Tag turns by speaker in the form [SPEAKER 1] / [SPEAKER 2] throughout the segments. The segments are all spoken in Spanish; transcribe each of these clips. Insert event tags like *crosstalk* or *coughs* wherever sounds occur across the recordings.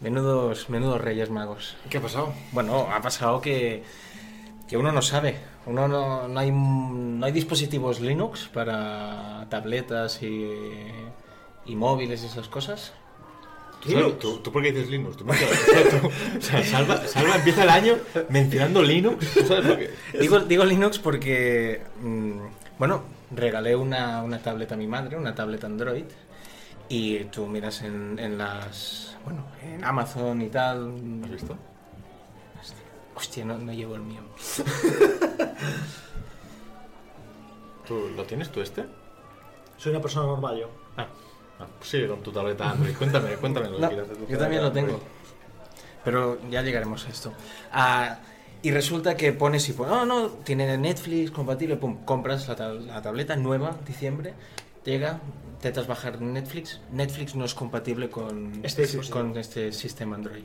[SPEAKER 1] Menudos, menudos reyes magos.
[SPEAKER 2] ¿Qué ha pasado?
[SPEAKER 1] Bueno, ha pasado que, que uno no sabe. Uno no, no hay, no hay dispositivos Linux para tabletas y, y móviles y esas cosas.
[SPEAKER 2] ¿Tú, ¿Tú, tú por qué dices Linux? ¿Tú me *laughs* o sea, Salva, Salva empieza el año mencionando Linux. ¿Tú sabes lo que es?
[SPEAKER 1] Digo, digo Linux porque, mm, bueno, regalé una, una tableta a mi madre, una tableta Android, y tú miras en, en las, bueno, en Amazon y
[SPEAKER 2] ¿Has
[SPEAKER 1] tal.
[SPEAKER 2] visto?
[SPEAKER 1] Hostia, no, no llevo el mío.
[SPEAKER 2] ¿Tú, ¿Lo tienes tú este?
[SPEAKER 3] Soy una persona normal yo.
[SPEAKER 2] Ah, ah, pues sigue con tu tableta Android. Cuéntame, cuéntame lo
[SPEAKER 1] No,
[SPEAKER 2] que quieras de tu
[SPEAKER 1] yo también
[SPEAKER 2] tableta
[SPEAKER 1] lo tengo.
[SPEAKER 2] Android.
[SPEAKER 1] Pero ya llegaremos a esto. Ah, y resulta que pones y pones, no, no, tiene Netflix compatible, pum, compras la, tab- la tableta nueva, diciembre, llega, intentas bajar Netflix, Netflix no es compatible con
[SPEAKER 3] Este dispositivo.
[SPEAKER 1] con este sistema Android.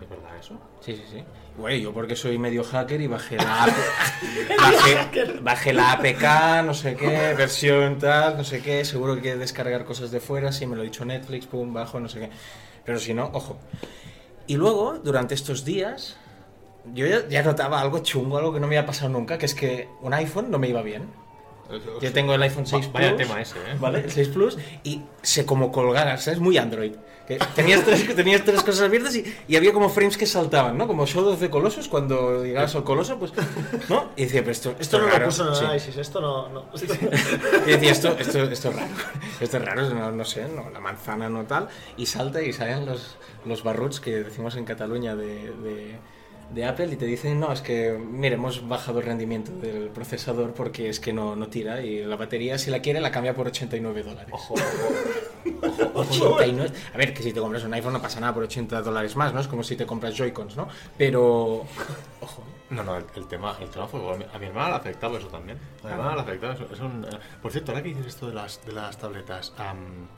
[SPEAKER 2] ¿Es verdad eso?
[SPEAKER 1] Sí, sí, sí. Güey, yo porque soy medio hacker y bajé la, app- bajé, bajé la APK, no sé qué, versión tal, no sé qué. Seguro que quiere descargar cosas de fuera, sí, me lo ha dicho Netflix, pum, bajo, no sé qué. Pero si no, ojo. Y luego, durante estos días, yo ya, ya notaba algo chungo, algo que no me había pasado nunca, que es que un iPhone no me iba bien. Yo tengo el iPhone 6
[SPEAKER 2] Va- Vaya
[SPEAKER 1] Plus.
[SPEAKER 2] tema ese, ¿eh?
[SPEAKER 1] ¿Vale? El 6 Plus y se como colgara, ¿sabes? Muy Android. Que tenías, tres, tenías tres cosas abiertas y, y había como frames que saltaban, ¿no? Como Shadow of the Colossus, cuando llegabas al coloso, pues, ¿no? Y decía, pero esto, esto,
[SPEAKER 3] Esto
[SPEAKER 1] es
[SPEAKER 3] no lo
[SPEAKER 1] raro.
[SPEAKER 3] puso en el
[SPEAKER 1] Sí.
[SPEAKER 3] análisis, esto no. no.
[SPEAKER 2] *laughs*
[SPEAKER 1] Y decía, esto, esto, esto es raro, *laughs* esto es raro, no, no sé, no, la manzana no tal, y salta y salen los, los barruts que decimos en Cataluña de, de- de Apple y te dicen, no, es que, mire, hemos bajado el rendimiento del procesador porque es que no, no tira y la batería, si la quiere, la cambia por 89 dólares.
[SPEAKER 2] Ojo, ojo.
[SPEAKER 1] 89. A ver, que si te compras un iPhone no pasa nada por 80 dólares más, ¿no? Es como si te compras Joy-Cons, ¿no? Pero... Ojo. ¿eh?
[SPEAKER 2] No, no, el, el tema, el tema fue. A mi, a mi hermana le afectaba eso también. A mi hermana le afectaba eso. Es un, eh, por cierto, ahora que dices esto de las, de las tabletas, am,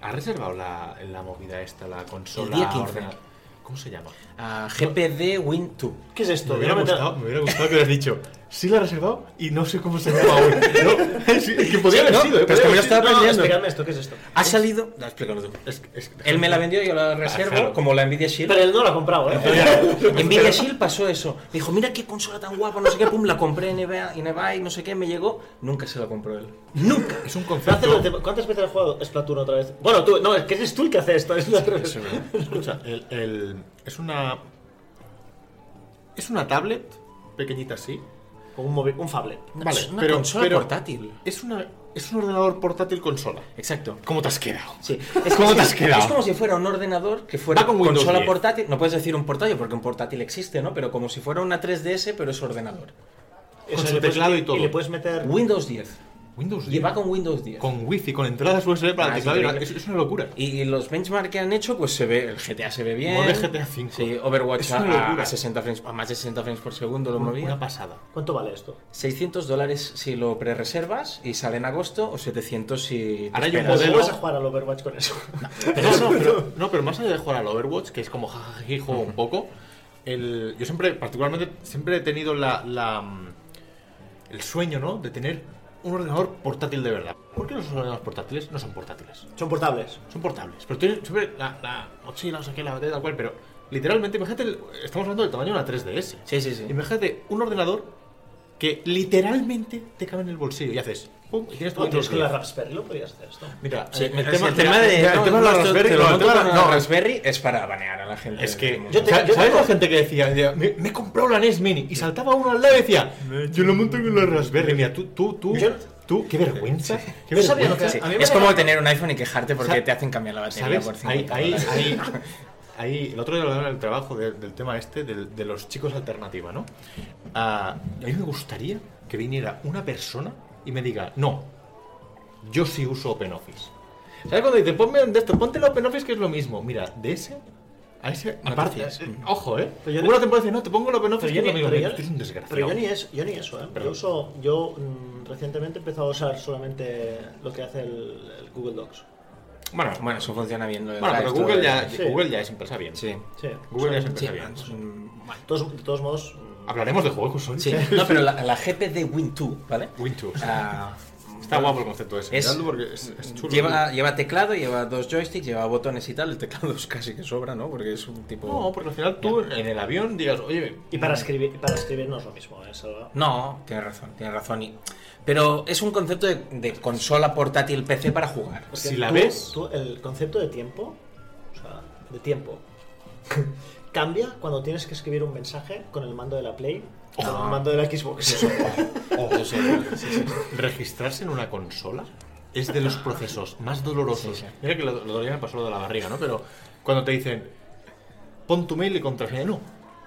[SPEAKER 2] ¿has reservado la, la movida esta, la consola?
[SPEAKER 1] día 15.
[SPEAKER 2] ordena- ¿Cómo se llama?
[SPEAKER 1] Ah, GPD Win 2.
[SPEAKER 3] ¿Qué es esto?
[SPEAKER 2] Me hubiera,
[SPEAKER 3] Yo no me
[SPEAKER 2] gustado, me hubiera gustado que hubieras dicho, sí la he reservado y no sé cómo
[SPEAKER 1] *laughs*
[SPEAKER 2] se llama aún. No, *laughs* sí, que
[SPEAKER 1] Sí,
[SPEAKER 2] podía haber
[SPEAKER 1] no,
[SPEAKER 2] sido, ¿eh?
[SPEAKER 1] pero es
[SPEAKER 2] podía
[SPEAKER 1] que me lo
[SPEAKER 2] haber
[SPEAKER 1] estaba
[SPEAKER 2] sido.
[SPEAKER 3] No, no,
[SPEAKER 1] aprendiendo.
[SPEAKER 3] explícame esto, ¿qué es esto?
[SPEAKER 1] Ha salido... no, explícalo tú.
[SPEAKER 2] Es que- es que-
[SPEAKER 1] *laughs* Él me la vendió, yo la reservo,
[SPEAKER 2] claro.
[SPEAKER 1] como la Nvidia Shield.
[SPEAKER 3] Pero él no lo ha comprado,
[SPEAKER 2] *laughs*
[SPEAKER 3] ¿eh?
[SPEAKER 1] Nvidia Shield pasó eso. Me dijo, mira qué consola tan guapa, no sé qué, pum, la compré en eBay, en eBay, no sé qué, me llegó. Nunca se la compró él. ¡Nunca!
[SPEAKER 2] Es un
[SPEAKER 3] Pero hace lo
[SPEAKER 2] concepto.
[SPEAKER 3] de- ¿Cuántas veces has jugado Splatoon otra vez? Bueno, tú, no, es que eres tú el que hace esto. Es la-
[SPEAKER 2] Escucha, el, el- es una. Es una tablet pequeñita así.
[SPEAKER 3] Como un, móvil, un fablet.
[SPEAKER 2] Vale,
[SPEAKER 1] es una
[SPEAKER 2] pero-
[SPEAKER 1] consola
[SPEAKER 2] pero-
[SPEAKER 1] portátil.
[SPEAKER 2] Es, una, es un ordenador portátil consola.
[SPEAKER 1] Exacto.
[SPEAKER 2] ¿Cómo te has quedado?
[SPEAKER 1] Sí.
[SPEAKER 2] *laughs* ¿Cómo
[SPEAKER 1] es-
[SPEAKER 2] te has quedado?
[SPEAKER 1] Es como si fuera un ordenador que fuera
[SPEAKER 2] Va con Windows
[SPEAKER 1] consola
[SPEAKER 2] 10.
[SPEAKER 1] portátil. No puedes decir un portátil porque un portátil existe, ¿no? Pero como si fuera una 3DS, pero es ordenador.
[SPEAKER 3] Eso,
[SPEAKER 2] su
[SPEAKER 3] le puedes-
[SPEAKER 2] teclado y todo.
[SPEAKER 3] Y le puedes meter.
[SPEAKER 1] Windows 10.
[SPEAKER 2] Windows
[SPEAKER 1] Y va con Windows 10.
[SPEAKER 2] Con wifi, con entradas USB para
[SPEAKER 1] Ah,
[SPEAKER 2] el
[SPEAKER 1] es
[SPEAKER 2] teclado. y la- Es,
[SPEAKER 1] increíble.
[SPEAKER 2] es una locura.
[SPEAKER 1] Y los benchmark que han hecho, pues se ve, el GTA se ve bien.
[SPEAKER 2] Mueve GTA V.
[SPEAKER 1] Sí, Overwatch
[SPEAKER 2] Es
[SPEAKER 1] a,
[SPEAKER 2] una locura.
[SPEAKER 1] a 60 frames, a más de 60 frames por segundo lo
[SPEAKER 2] Una
[SPEAKER 1] movía.
[SPEAKER 2] pasada.
[SPEAKER 3] ¿Cuánto vale esto?
[SPEAKER 1] 600 dólares si lo pre-reservas y sale en agosto, o 700 si. te
[SPEAKER 2] Ahora hay un
[SPEAKER 1] esperas.
[SPEAKER 2] modelo-
[SPEAKER 3] ¿Cómo vas a jugar al Overwatch con eso?
[SPEAKER 2] Pero no, pero, no, pero más allá de jugar al Overwatch, que es como jajajaji, juego un poco, el- yo siempre, particularmente, siempre he tenido la, la, mm, el sueño, ¿no? De tener un ordenador portátil de verdad. ¿Por qué los ordenadores portátiles no son portátiles?
[SPEAKER 3] *laughs* Son portables.
[SPEAKER 2] Son portables. Pero tienes siempre la, la mochila, o sea, que la batería, tal cual, pero literalmente, imagínate, el- estamos hablando del tamaño de una 3DS.
[SPEAKER 1] Sí, sí, sí.
[SPEAKER 2] Imagínate un ordenador que literalmente te cabe en el bolsillo y haces pum y tienes tu
[SPEAKER 3] No,
[SPEAKER 2] Windows
[SPEAKER 3] tienes que
[SPEAKER 2] 10.
[SPEAKER 3] la Raspberry lo podías hacer esto.
[SPEAKER 2] Mira,
[SPEAKER 1] Sí,
[SPEAKER 2] eh,
[SPEAKER 1] el, tema, el tema de.
[SPEAKER 2] mira, el
[SPEAKER 1] no,
[SPEAKER 2] tema de
[SPEAKER 1] no,
[SPEAKER 2] la
[SPEAKER 1] esto-
[SPEAKER 2] Raspberry,
[SPEAKER 1] te
[SPEAKER 2] no,
[SPEAKER 1] lo
[SPEAKER 2] el
[SPEAKER 1] monto
[SPEAKER 2] tema de
[SPEAKER 1] con
[SPEAKER 2] la-
[SPEAKER 1] la
[SPEAKER 2] no,
[SPEAKER 1] Raspberry es para banear a la gente.
[SPEAKER 2] Es
[SPEAKER 1] del
[SPEAKER 2] que,
[SPEAKER 1] mundo.
[SPEAKER 3] yo te-
[SPEAKER 2] ¿sabes
[SPEAKER 3] tengo-
[SPEAKER 2] la gente que decía? Decía, me, me he comprado la NES Mini y saltaba uno al lado y decía, yo lo monto con la Raspberry. Mira, tú, tú, tú,
[SPEAKER 3] Yo-
[SPEAKER 2] tú, qué vergüenza. Qué
[SPEAKER 3] Yo sabía lo
[SPEAKER 1] Sí,
[SPEAKER 2] vergüenza.
[SPEAKER 3] a mí me
[SPEAKER 1] Es como
[SPEAKER 3] llega-
[SPEAKER 1] tener un iPhone y quejarte porque
[SPEAKER 2] Sa-
[SPEAKER 1] te hacen cambiar la batería
[SPEAKER 2] ¿Sabes?
[SPEAKER 1] por
[SPEAKER 2] Ahí,
[SPEAKER 1] 50
[SPEAKER 2] ahí,
[SPEAKER 1] dólares. *laughs*
[SPEAKER 2] ahí, ahí- el otro día hablaba en el trabajo de- del tema este, del- de los chicos alternativa, ¿no? Ah, a mí me gustaría que viniera una persona y me diga, no, yo sí uso OpenOffice. ¿Sabes cuando dice, ponme de esto, ponte el OpenOffice que es lo mismo? Mira, de ese a ese,
[SPEAKER 1] No te
[SPEAKER 2] aparte,
[SPEAKER 1] fías.
[SPEAKER 2] eh, ojo, ¿eh?
[SPEAKER 3] Pero yo
[SPEAKER 2] Hubo
[SPEAKER 3] no-
[SPEAKER 2] una temporada que dice, no, te pongo el OpenOffice
[SPEAKER 3] Pero
[SPEAKER 2] que
[SPEAKER 3] yo,
[SPEAKER 2] es
[SPEAKER 3] ni,
[SPEAKER 2] lo mismo.
[SPEAKER 3] pero yo-
[SPEAKER 2] Mira, tú eres un desgraciado.
[SPEAKER 3] pero yo ni eso, yo ni eso, ¿eh?
[SPEAKER 2] Perdón.
[SPEAKER 3] Yo uso, yo mm, recientemente he empezado a usar solamente lo que hace el, el Google Docs.
[SPEAKER 2] Bueno,
[SPEAKER 1] Bueno, eso funciona bien. Lo de
[SPEAKER 2] bueno, pero
[SPEAKER 1] Drive,
[SPEAKER 2] Google
[SPEAKER 1] todo
[SPEAKER 2] ya,
[SPEAKER 1] eso.
[SPEAKER 3] Sí.
[SPEAKER 2] Google ya es empresa bien.
[SPEAKER 1] Sí.
[SPEAKER 3] Sí.
[SPEAKER 2] Google ya es
[SPEAKER 1] Sí,
[SPEAKER 2] empresa bien.
[SPEAKER 1] es un-
[SPEAKER 3] De todos, de todos modos,
[SPEAKER 2] *laughs*
[SPEAKER 3] mm,
[SPEAKER 2] Hablaremos de juegos hoy.
[SPEAKER 1] Sí, no, pero la, la GPD Win 2, ¿vale?
[SPEAKER 2] Windows.
[SPEAKER 1] Ah,
[SPEAKER 2] Está guapo el concepto ese.
[SPEAKER 1] Es-
[SPEAKER 2] miradlo porque es, es chulo.
[SPEAKER 1] Lleva, lleva teclado, lleva dos joysticks, lleva botones y tal. El teclado es casi que sobra, ¿no? Porque es un tipo.
[SPEAKER 2] No, porque al final tú en el avión digas, oye,
[SPEAKER 3] Y para escribir, y para escribir no es lo mismo, ¿eh? Eso-
[SPEAKER 1] No, tienes razón, tienes razón. Y... Pero es un concepto de, de consola portátil PC para jugar.
[SPEAKER 3] Porque
[SPEAKER 2] Si la
[SPEAKER 3] tú-
[SPEAKER 2] ves-
[SPEAKER 3] tú, el concepto de tiempo, o sea, de tiempo, *laughs* cambia cuando tienes que escribir un mensaje con el mando de la Play o con el mando de la Xbox.
[SPEAKER 1] Oh,
[SPEAKER 2] *laughs* O sea, registrarse en una consola es de los procesos más dolorosos. Mira que lo otro día me pasó lo de la barriga, ¿no? Pero cuando te dicen, pon tu mail y contraseña, no,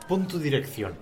[SPEAKER 2] pon tu dirección.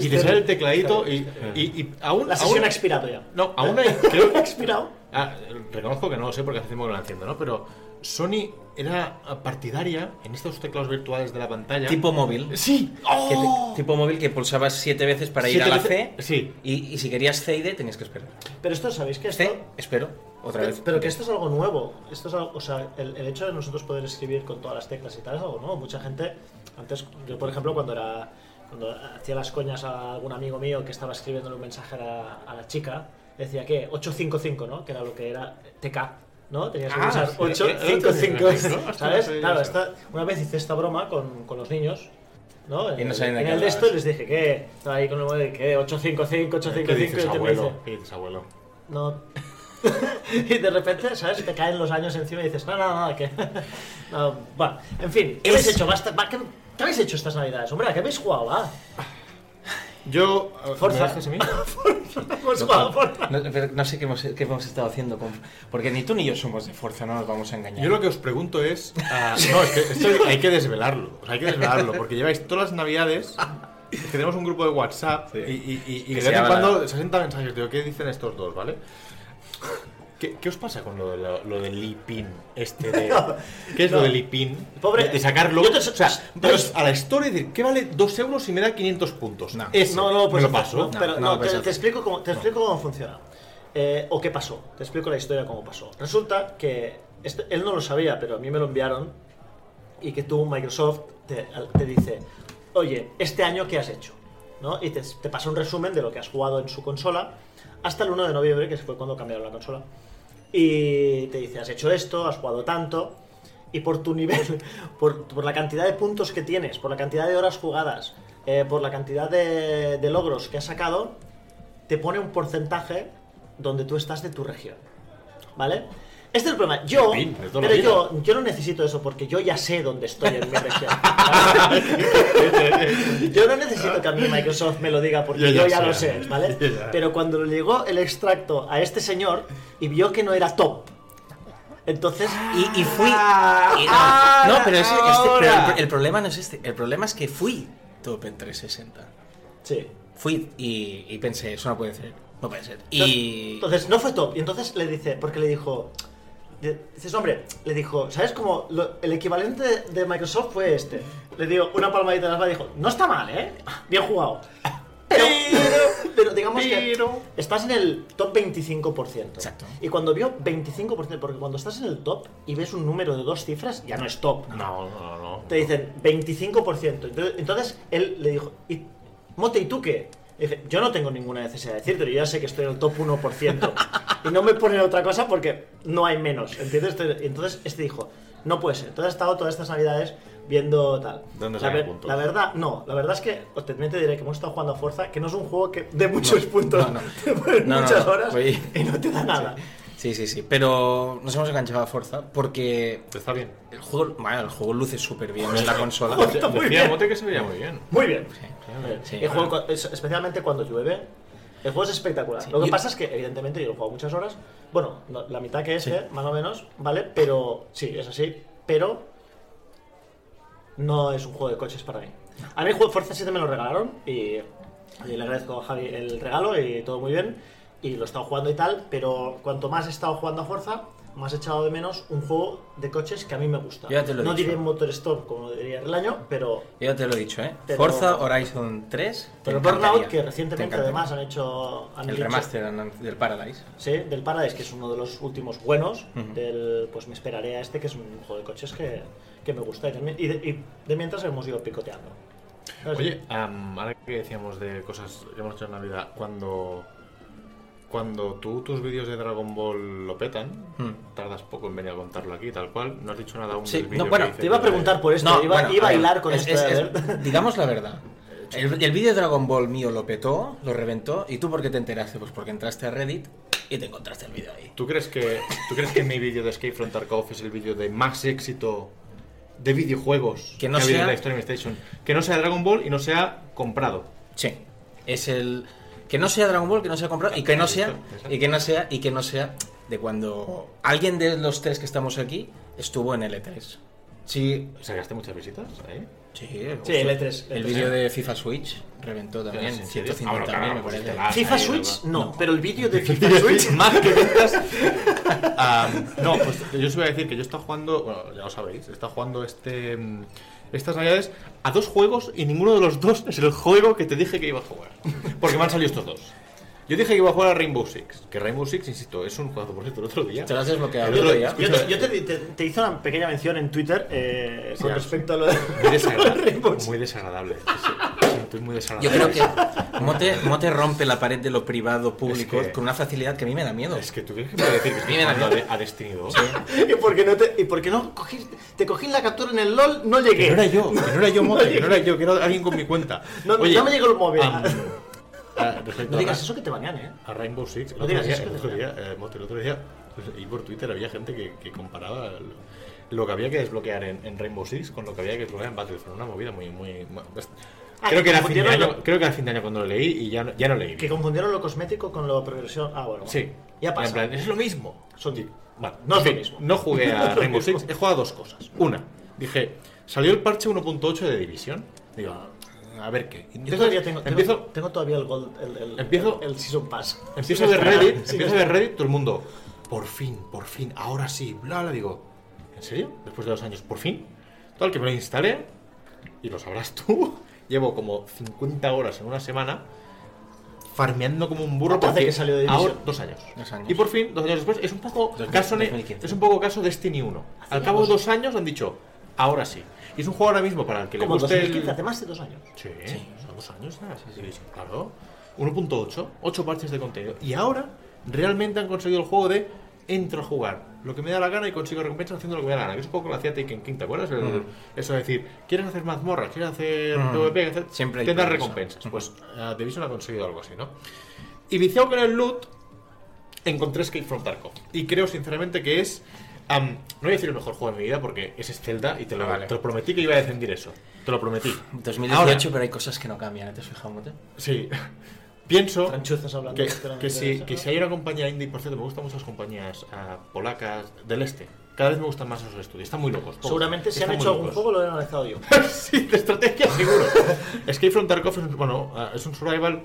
[SPEAKER 2] Y te sale el tecladito y, y, y aún...
[SPEAKER 3] *laughs* la sesión
[SPEAKER 2] aún-
[SPEAKER 3] ha expirado ya.
[SPEAKER 2] No, aún hay... Creo,
[SPEAKER 3] Ha expirado.
[SPEAKER 2] Ah, reconozco que no lo sé porque hace tiempo que no lo entiendo, ¿no? Pero Sony era partidaria en estos teclados virtuales de la pantalla.
[SPEAKER 1] Tipo móvil.
[SPEAKER 2] Sí.
[SPEAKER 1] Que te-
[SPEAKER 2] ¡Oh!
[SPEAKER 1] tipo móvil que pulsabas siete veces para ir
[SPEAKER 2] Siete
[SPEAKER 1] a la
[SPEAKER 2] veces-
[SPEAKER 1] C.
[SPEAKER 2] sí.
[SPEAKER 1] Y, y si querías C y D tenías que esperar.
[SPEAKER 3] Pero esto, ¿sabéis que esto?
[SPEAKER 1] C, espero, otra
[SPEAKER 3] Pero-
[SPEAKER 1] vez.
[SPEAKER 3] Pero que esto es algo nuevo. Esto es algo- o sea, el, el hecho de nosotros poder escribir con todas las teclas y tal es algo nuevo. Mucha gente, antes, yo por ejemplo, cuando era cuando hacía las coñas a algún amigo mío que estaba escribiéndole un mensaje a la, a la chica, decía que 855, ¿no? Que era lo que era TK, ¿no? Tenías que
[SPEAKER 2] Ah,
[SPEAKER 3] usar
[SPEAKER 2] sí, Eh, era- era
[SPEAKER 3] 855,
[SPEAKER 2] ¿no?
[SPEAKER 3] *laughs* ¿sabes?
[SPEAKER 2] Sí,
[SPEAKER 3] Claro,
[SPEAKER 2] sí.
[SPEAKER 3] esta- una vez hice esta broma con, con los niños. ¿no?
[SPEAKER 1] Y no
[SPEAKER 3] En-
[SPEAKER 1] sabían de
[SPEAKER 3] en
[SPEAKER 1] qué
[SPEAKER 3] el de esto
[SPEAKER 1] hablabas.
[SPEAKER 3] les dije que estaba ahí con el móvil que 855, 855
[SPEAKER 2] ¿Qué dices,
[SPEAKER 3] y te me dice,
[SPEAKER 2] abuelo? ¿Qué dices, abuelo?
[SPEAKER 3] no. *laughs* y de repente, ¿sabes? Te caen los años encima y dices, no, no, no, que. *laughs* no, bueno, en fin, ¿qué
[SPEAKER 1] Es-
[SPEAKER 3] habéis hecho? Basta- va, ¿qué, qué habéis hecho estas navidades? Hombre, ¿a qué habéis jugado? Va?
[SPEAKER 2] Yo...
[SPEAKER 3] Forza.
[SPEAKER 2] ¿me dejas
[SPEAKER 3] *laughs*
[SPEAKER 2] a mí?
[SPEAKER 3] Hemos
[SPEAKER 1] No,
[SPEAKER 3] jugado por-
[SPEAKER 1] no- pero no sé qué hemos, qué hemos estado haciendo. con- Porque ni tú ni yo somos de fuerza, no nos vamos a engañar.
[SPEAKER 2] Yo lo que os pregunto es... *laughs* ah, no, es que esto hay que desvelarlo. o sea, hay que desvelarlo porque lleváis todas las navidades... es que tenemos un grupo de WhatsApp
[SPEAKER 1] Sí.
[SPEAKER 2] y, y- y- y
[SPEAKER 1] Que
[SPEAKER 2] de
[SPEAKER 1] se
[SPEAKER 2] vez en
[SPEAKER 1] llama-
[SPEAKER 2] cuando 60 mensajes. Digo, ¿qué dicen estos dos, vale? ¿Qué, qué os pasa con lo, de lo, lo del IPIN? Este de, ¿Qué es
[SPEAKER 3] No.
[SPEAKER 2] lo del IPIN?
[SPEAKER 3] Pobre-
[SPEAKER 2] De, de sacarlo.
[SPEAKER 3] Yo te-
[SPEAKER 2] o sea,
[SPEAKER 3] pero-
[SPEAKER 2] vais a la historia y decir, ¿qué vale 2 euros si me da 500 puntos?
[SPEAKER 1] No.
[SPEAKER 2] Ese,
[SPEAKER 3] No, no, pues
[SPEAKER 2] me lo paso.
[SPEAKER 3] No, pero,
[SPEAKER 1] No,
[SPEAKER 3] no,
[SPEAKER 1] no, pues
[SPEAKER 3] te,
[SPEAKER 1] eso.
[SPEAKER 3] te explico cómo, te explico cómo funciona. Eh, o qué pasó. Te explico la historia cómo pasó. Resulta que este- él no lo sabía, pero a mí me lo enviaron. Y que tú, Microsoft, te, te dice: Oye, este año, ¿qué has hecho? ¿No? Y te, te pasa un resumen de lo que has jugado en su consola hasta el 1 de noviembre, que fue cuando cambiaron la consola. Y te dice: Has hecho esto, has jugado tanto. Y por tu nivel, *laughs* por, por la cantidad de puntos que tienes, por la cantidad de horas jugadas, eh, por la cantidad de, de logros que has sacado, te pone un porcentaje donde tú estás de tu región. ¿Vale? Este es el problema. Yo,
[SPEAKER 2] Pin, de toda la vida.
[SPEAKER 3] pero yo, yo no necesito eso porque yo ya sé dónde estoy en
[SPEAKER 2] *laughs*
[SPEAKER 3] mi región. yo no necesito que a mí Microsoft me lo diga porque
[SPEAKER 2] Yo
[SPEAKER 3] yo,
[SPEAKER 2] ya
[SPEAKER 3] ya
[SPEAKER 2] sé.
[SPEAKER 3] lo sé, ¿vale?
[SPEAKER 2] Yo ya.
[SPEAKER 3] Pero cuando le llegó el extracto a este señor y vio que no era top, entonces
[SPEAKER 1] Y, y fui. y no,
[SPEAKER 2] Ah,
[SPEAKER 1] no, pero, es- este- pero el-
[SPEAKER 2] ahora.
[SPEAKER 1] el, problema no es este. El problema es que fui top en 360.
[SPEAKER 3] sí.
[SPEAKER 1] Fui y, y pensé, eso no puede ser. No puede ser. Y.
[SPEAKER 3] Entonces, no fue top. Y entonces le dice, porque le dijo. le- Dices, hombre, le dijo, ¿sabes cómo? lo- el equivalente de, de Microsoft fue este. Le dio una palmadita en la espalda y dijo, no está mal, ¿eh? Bien jugado. Pero, pero digamos
[SPEAKER 2] pero-
[SPEAKER 3] que estás en el top 25%.
[SPEAKER 1] Exacto.
[SPEAKER 3] Y cuando vio 25%, porque cuando estás en el top y ves un número de dos cifras, ya no es top.
[SPEAKER 2] No, no, no.
[SPEAKER 3] Te dicen 25%. Entonces- Entonces él le dijo, "¿Y- Mote, ¿y tú qué? Y dije, yo no tengo ninguna necesidad de decirte, yo ya sé que estoy en el top 1%. y no me ponen otra cosa porque no hay menos. ¿entiendes? Te- Entonces este dijo, no puede ser. Entonces he estado todas estas navidades viendo tal.
[SPEAKER 2] ¿Dónde
[SPEAKER 3] la,
[SPEAKER 2] sacan
[SPEAKER 3] ver-
[SPEAKER 2] puntos?
[SPEAKER 3] la verdad, no, la verdad es que os te te diré que hemos estado jugando a fuerza, que no es un juego que de muchos puntos,
[SPEAKER 1] no, no.
[SPEAKER 3] *laughs* te ponen
[SPEAKER 1] No, no,
[SPEAKER 3] muchas
[SPEAKER 1] no.
[SPEAKER 3] horas
[SPEAKER 1] Oye.
[SPEAKER 3] y no te da nada.
[SPEAKER 1] Sí, sí, sí. Pero nos hemos enganchado a fuerza porque
[SPEAKER 2] Está bien.
[SPEAKER 1] el juego, bueno, el juego luce súper bien en la consola.
[SPEAKER 3] Joder. Está muy
[SPEAKER 2] Decía
[SPEAKER 3] bien.
[SPEAKER 2] Mote que se veía muy bien.
[SPEAKER 3] Muy bien. Eh,
[SPEAKER 1] Sí.
[SPEAKER 3] el juego, cu- es- especialmente cuando llueve, el juego es espectacular.
[SPEAKER 1] Sí.
[SPEAKER 3] Lo que
[SPEAKER 1] Yo-
[SPEAKER 3] pasa es que, evidentemente, yo lo he jugado muchas horas. Bueno, no, la mitad que este, más o menos, ¿vale? Pero sí, es así. Pero no es un juego de coches para mí. A mí el juego Forza 7 me lo regalaron y, y le agradezco a Javi el regalo y todo muy bien. Y lo he estado jugando y tal, pero cuanto más he estado jugando a Forza, más he echado de menos un juego de coches que a mí me gusta.
[SPEAKER 1] Yo ya te lo he
[SPEAKER 3] no
[SPEAKER 1] dicho.
[SPEAKER 3] diré Motor Stop como diría el año, pero
[SPEAKER 1] Yo ya te lo he dicho, ¿eh?
[SPEAKER 3] Pero-
[SPEAKER 1] Forza Horizon 3. te
[SPEAKER 3] Pero
[SPEAKER 1] encantaría.
[SPEAKER 3] Burnout, que
[SPEAKER 1] Te
[SPEAKER 3] recientemente
[SPEAKER 1] encantaría.
[SPEAKER 3] además han hecho. Han
[SPEAKER 1] El
[SPEAKER 3] dicho-
[SPEAKER 1] remaster an- del Paradise.
[SPEAKER 3] Sí, del Paradise, que es uno de los últimos buenos.
[SPEAKER 1] Ujú.
[SPEAKER 3] del, pues me esperaré a este, que es un juego de coches que, que me gusta. Y de, y de- y de mientras hemos ido picoteando. ¿Sabes?
[SPEAKER 2] Oye, am, ahora que decíamos de cosas que hemos hecho en Navidad, cuando cuando tú tus vídeos de Dragon Ball lo petan,
[SPEAKER 1] Hmm.
[SPEAKER 2] tardas poco en venir a contarlo aquí, tal cual. No has dicho nada aún
[SPEAKER 1] Sí,
[SPEAKER 2] del
[SPEAKER 1] no,
[SPEAKER 2] vídeo que
[SPEAKER 1] bueno,
[SPEAKER 2] dice
[SPEAKER 3] Te iba a
[SPEAKER 2] que-
[SPEAKER 3] preguntar por esto, iba,
[SPEAKER 1] bueno,
[SPEAKER 3] iba a
[SPEAKER 1] ver,
[SPEAKER 3] hilar con
[SPEAKER 1] es-
[SPEAKER 3] esto.
[SPEAKER 1] es-
[SPEAKER 3] a
[SPEAKER 1] es-
[SPEAKER 3] ver. *laughs*
[SPEAKER 1] digamos la verdad. El, el vídeo de Dragon Ball mío lo petó, lo reventó. ¿Y tú por qué te enteraste? Pues porque entraste a Reddit y te encontraste el vídeo ahí.
[SPEAKER 2] ¿Tú crees que, ¿tú crees que mi vídeo de Escape from Tarkov es el vídeo de más éxito de videojuegos
[SPEAKER 1] Que no
[SPEAKER 2] ha habido
[SPEAKER 1] sea-
[SPEAKER 2] en la historia de PlayStation? Que no sea Dragon Ball y no sea comprado.
[SPEAKER 1] Sí. Es el. Que no sea Dragon Ball, que no sea comprado y que no sea. Y que no sea. Y que no sea de cuando alguien de los tres que estamos aquí estuvo en L3. Sí.
[SPEAKER 2] ¿Sacaste muchas visitas
[SPEAKER 1] *laughs*
[SPEAKER 2] ahí?
[SPEAKER 1] Sí,
[SPEAKER 3] Sí, L3,
[SPEAKER 1] El
[SPEAKER 3] L3.
[SPEAKER 1] vídeo de FIFA Switch reventó también.
[SPEAKER 2] ¿En serio?
[SPEAKER 1] 150.000 me
[SPEAKER 2] Ah, bueno, claro,
[SPEAKER 1] parece.
[SPEAKER 2] pues te la-
[SPEAKER 3] FIFA
[SPEAKER 2] ahí,
[SPEAKER 3] Switch,
[SPEAKER 2] ¿verdad?
[SPEAKER 3] no, pero el
[SPEAKER 2] *laughs*
[SPEAKER 3] vídeo de FIFA Switch.
[SPEAKER 2] más que vistas. *laughs* Um, no, pues yo os voy a decir que yo estaba jugando, bueno, ya lo sabéis, está jugando este mm, estas navidades a dos juegos y ninguno de los dos es el juego que te dije que iba a jugar. Porque me han salido estos dos. Yo dije que iba a jugar a Rainbow Six, que Rainbow Six, insisto, es un juego por cierto, el otro día.
[SPEAKER 1] Te lo has desbloqueado.
[SPEAKER 2] El otro
[SPEAKER 1] ya.
[SPEAKER 2] día.
[SPEAKER 3] Yo, te, yo te- te- te hice una pequeña mención en Twitter eh,
[SPEAKER 2] Sí,
[SPEAKER 3] con
[SPEAKER 2] ya.
[SPEAKER 3] respecto a lo de
[SPEAKER 2] Muy
[SPEAKER 3] *laughs*
[SPEAKER 2] desagradable.
[SPEAKER 3] Rainbow Six.
[SPEAKER 2] Muy desagradable. Sí, sí, estoy muy desagradable.
[SPEAKER 1] Yo creo que Mote, Mote rompe la pared de lo privado público
[SPEAKER 2] Es que-
[SPEAKER 1] con una facilidad que a mí me da miedo.
[SPEAKER 2] Es que tú crees que me voy a decir que estoy
[SPEAKER 1] Mira,
[SPEAKER 2] jugando a,
[SPEAKER 1] mira.
[SPEAKER 2] de- a Destiny 2.
[SPEAKER 3] ¿Y por qué no te, y por qué no cogí- te cogí en la captura en el LOL? No
[SPEAKER 2] Que
[SPEAKER 3] llegué.
[SPEAKER 2] no era yo, que no era yo, Mota, que no era yo, que era alguien con mi cuenta.
[SPEAKER 3] No, no, no me llegó el móvil.
[SPEAKER 2] am, ah, respecto
[SPEAKER 3] No
[SPEAKER 2] a-
[SPEAKER 3] digas eso que te banean, eh.
[SPEAKER 2] A Rainbow Six. El
[SPEAKER 3] No
[SPEAKER 2] otro
[SPEAKER 3] digas
[SPEAKER 2] día,
[SPEAKER 3] eso,
[SPEAKER 2] el
[SPEAKER 3] que
[SPEAKER 2] otro
[SPEAKER 3] no.
[SPEAKER 2] día, eh, Mota, el otro día, y por Twitter había gente que, que comparaba lo, lo que había que desbloquear en, en Rainbow Six con lo que había que desbloquear en Battlefront. Una movida muy, muy... muy- pues,
[SPEAKER 3] Ah,
[SPEAKER 2] creo, que
[SPEAKER 3] que
[SPEAKER 2] era fin de
[SPEAKER 3] confundieron
[SPEAKER 2] año,
[SPEAKER 3] lo-
[SPEAKER 2] creo que era fin de año cuando lo leí y ya, no- ya no leí.
[SPEAKER 3] Que confundieron lo cosmético con la progresión. Ah, bueno. bueno.
[SPEAKER 2] Sí.
[SPEAKER 3] Ya pasa.
[SPEAKER 2] En plan, es lo mismo.
[SPEAKER 3] Son-
[SPEAKER 2] Bueno,
[SPEAKER 3] No es
[SPEAKER 2] en fin,
[SPEAKER 3] lo mismo.
[SPEAKER 2] No jugué
[SPEAKER 3] No es *laughs*
[SPEAKER 2] a
[SPEAKER 3] lo
[SPEAKER 2] Rainbow
[SPEAKER 3] mismo.
[SPEAKER 2] Six. He jugado a dos cosas. Una, dije, salió el parche 1.8 de División. Digo, a ver qué.
[SPEAKER 3] Yo
[SPEAKER 2] Entonces,
[SPEAKER 3] todavía tengo, tengo-
[SPEAKER 2] empiezo,
[SPEAKER 3] tengo todavía el, gold, el, el,
[SPEAKER 2] Empiezo-
[SPEAKER 3] el, el Season Pass.
[SPEAKER 2] empiezo a ver
[SPEAKER 3] Espera,
[SPEAKER 2] Reddit,
[SPEAKER 3] sí,
[SPEAKER 2] empiezo a ver Reddit, todo el mundo, por fin, por fin, ahora sí, bla, bla, digo, ¿en serio? Después de dos años, por fin. Tal, que me lo instalé, y lo sabrás tú, *laughs* llevo como 50 horas en una semana farmeando como un burro
[SPEAKER 3] ¿Cuánto hace
[SPEAKER 2] porque
[SPEAKER 3] que salió de Division?
[SPEAKER 2] ahora dos años.
[SPEAKER 1] Dos años.
[SPEAKER 2] Y por fin, dos años después, es un poco
[SPEAKER 1] Dos mil-
[SPEAKER 2] caso ne-
[SPEAKER 1] 2015.
[SPEAKER 2] es un poco caso Destiny 1. Al cabo de dos años han dicho, ahora sí. Y es un juego ahora mismo para el que le
[SPEAKER 3] Como
[SPEAKER 2] guste el-
[SPEAKER 3] 2015, hace más de dos años.
[SPEAKER 2] Sí, son dos años ya. Claro. 1.8, 8 parches de contenido. Y ahora realmente han conseguido el juego de entro a jugar lo que me da la gana y consigo recompensa haciendo lo que me da la gana. Que es un poco lo hacía Taken King, ¿te acuerdas? El- Eso de decir, ¿quieres hacer mazmorras? ¿Quieres hacer
[SPEAKER 1] Mm.
[SPEAKER 2] PvP? ¿Quieres hacer-
[SPEAKER 1] Siempre hay
[SPEAKER 2] Te dan
[SPEAKER 1] progreso.
[SPEAKER 2] recompensas. Pues eh, Division ha conseguido algo así, ¿no? Y viciado con el loot, encontré Escape from Tarkov. Y creo sinceramente que es. am, no voy a decir el mejor juego de mi vida porque ese es Zelda y te lo,
[SPEAKER 1] Ah, vale.
[SPEAKER 2] te lo prometí que iba a defender eso. Te lo prometí.
[SPEAKER 1] 2018,
[SPEAKER 2] Ahora-
[SPEAKER 1] pero hay cosas que no cambian, ¿eh? ¿te has fijado,
[SPEAKER 2] *laughs*
[SPEAKER 1] Mote?
[SPEAKER 2] Sí. Pienso
[SPEAKER 3] Franchuzas hablando.
[SPEAKER 2] que,
[SPEAKER 3] sinceramente,
[SPEAKER 2] que
[SPEAKER 3] de
[SPEAKER 2] si,
[SPEAKER 3] eso,
[SPEAKER 2] que
[SPEAKER 3] ¿no?
[SPEAKER 2] si hay una compañía indie, por cierto, me gustan muchas compañías ah, polacas del este. Cada vez me gustan más esos estudios. Están muy locos. todos.
[SPEAKER 3] Seguramente si han
[SPEAKER 2] Están muy
[SPEAKER 3] hecho algún
[SPEAKER 2] locos. *laughs*
[SPEAKER 3] juego lo he analizado yo.
[SPEAKER 2] sí, de estrategia seguro. *laughs* Escape from Tarkov es un, bueno, ah, es un survival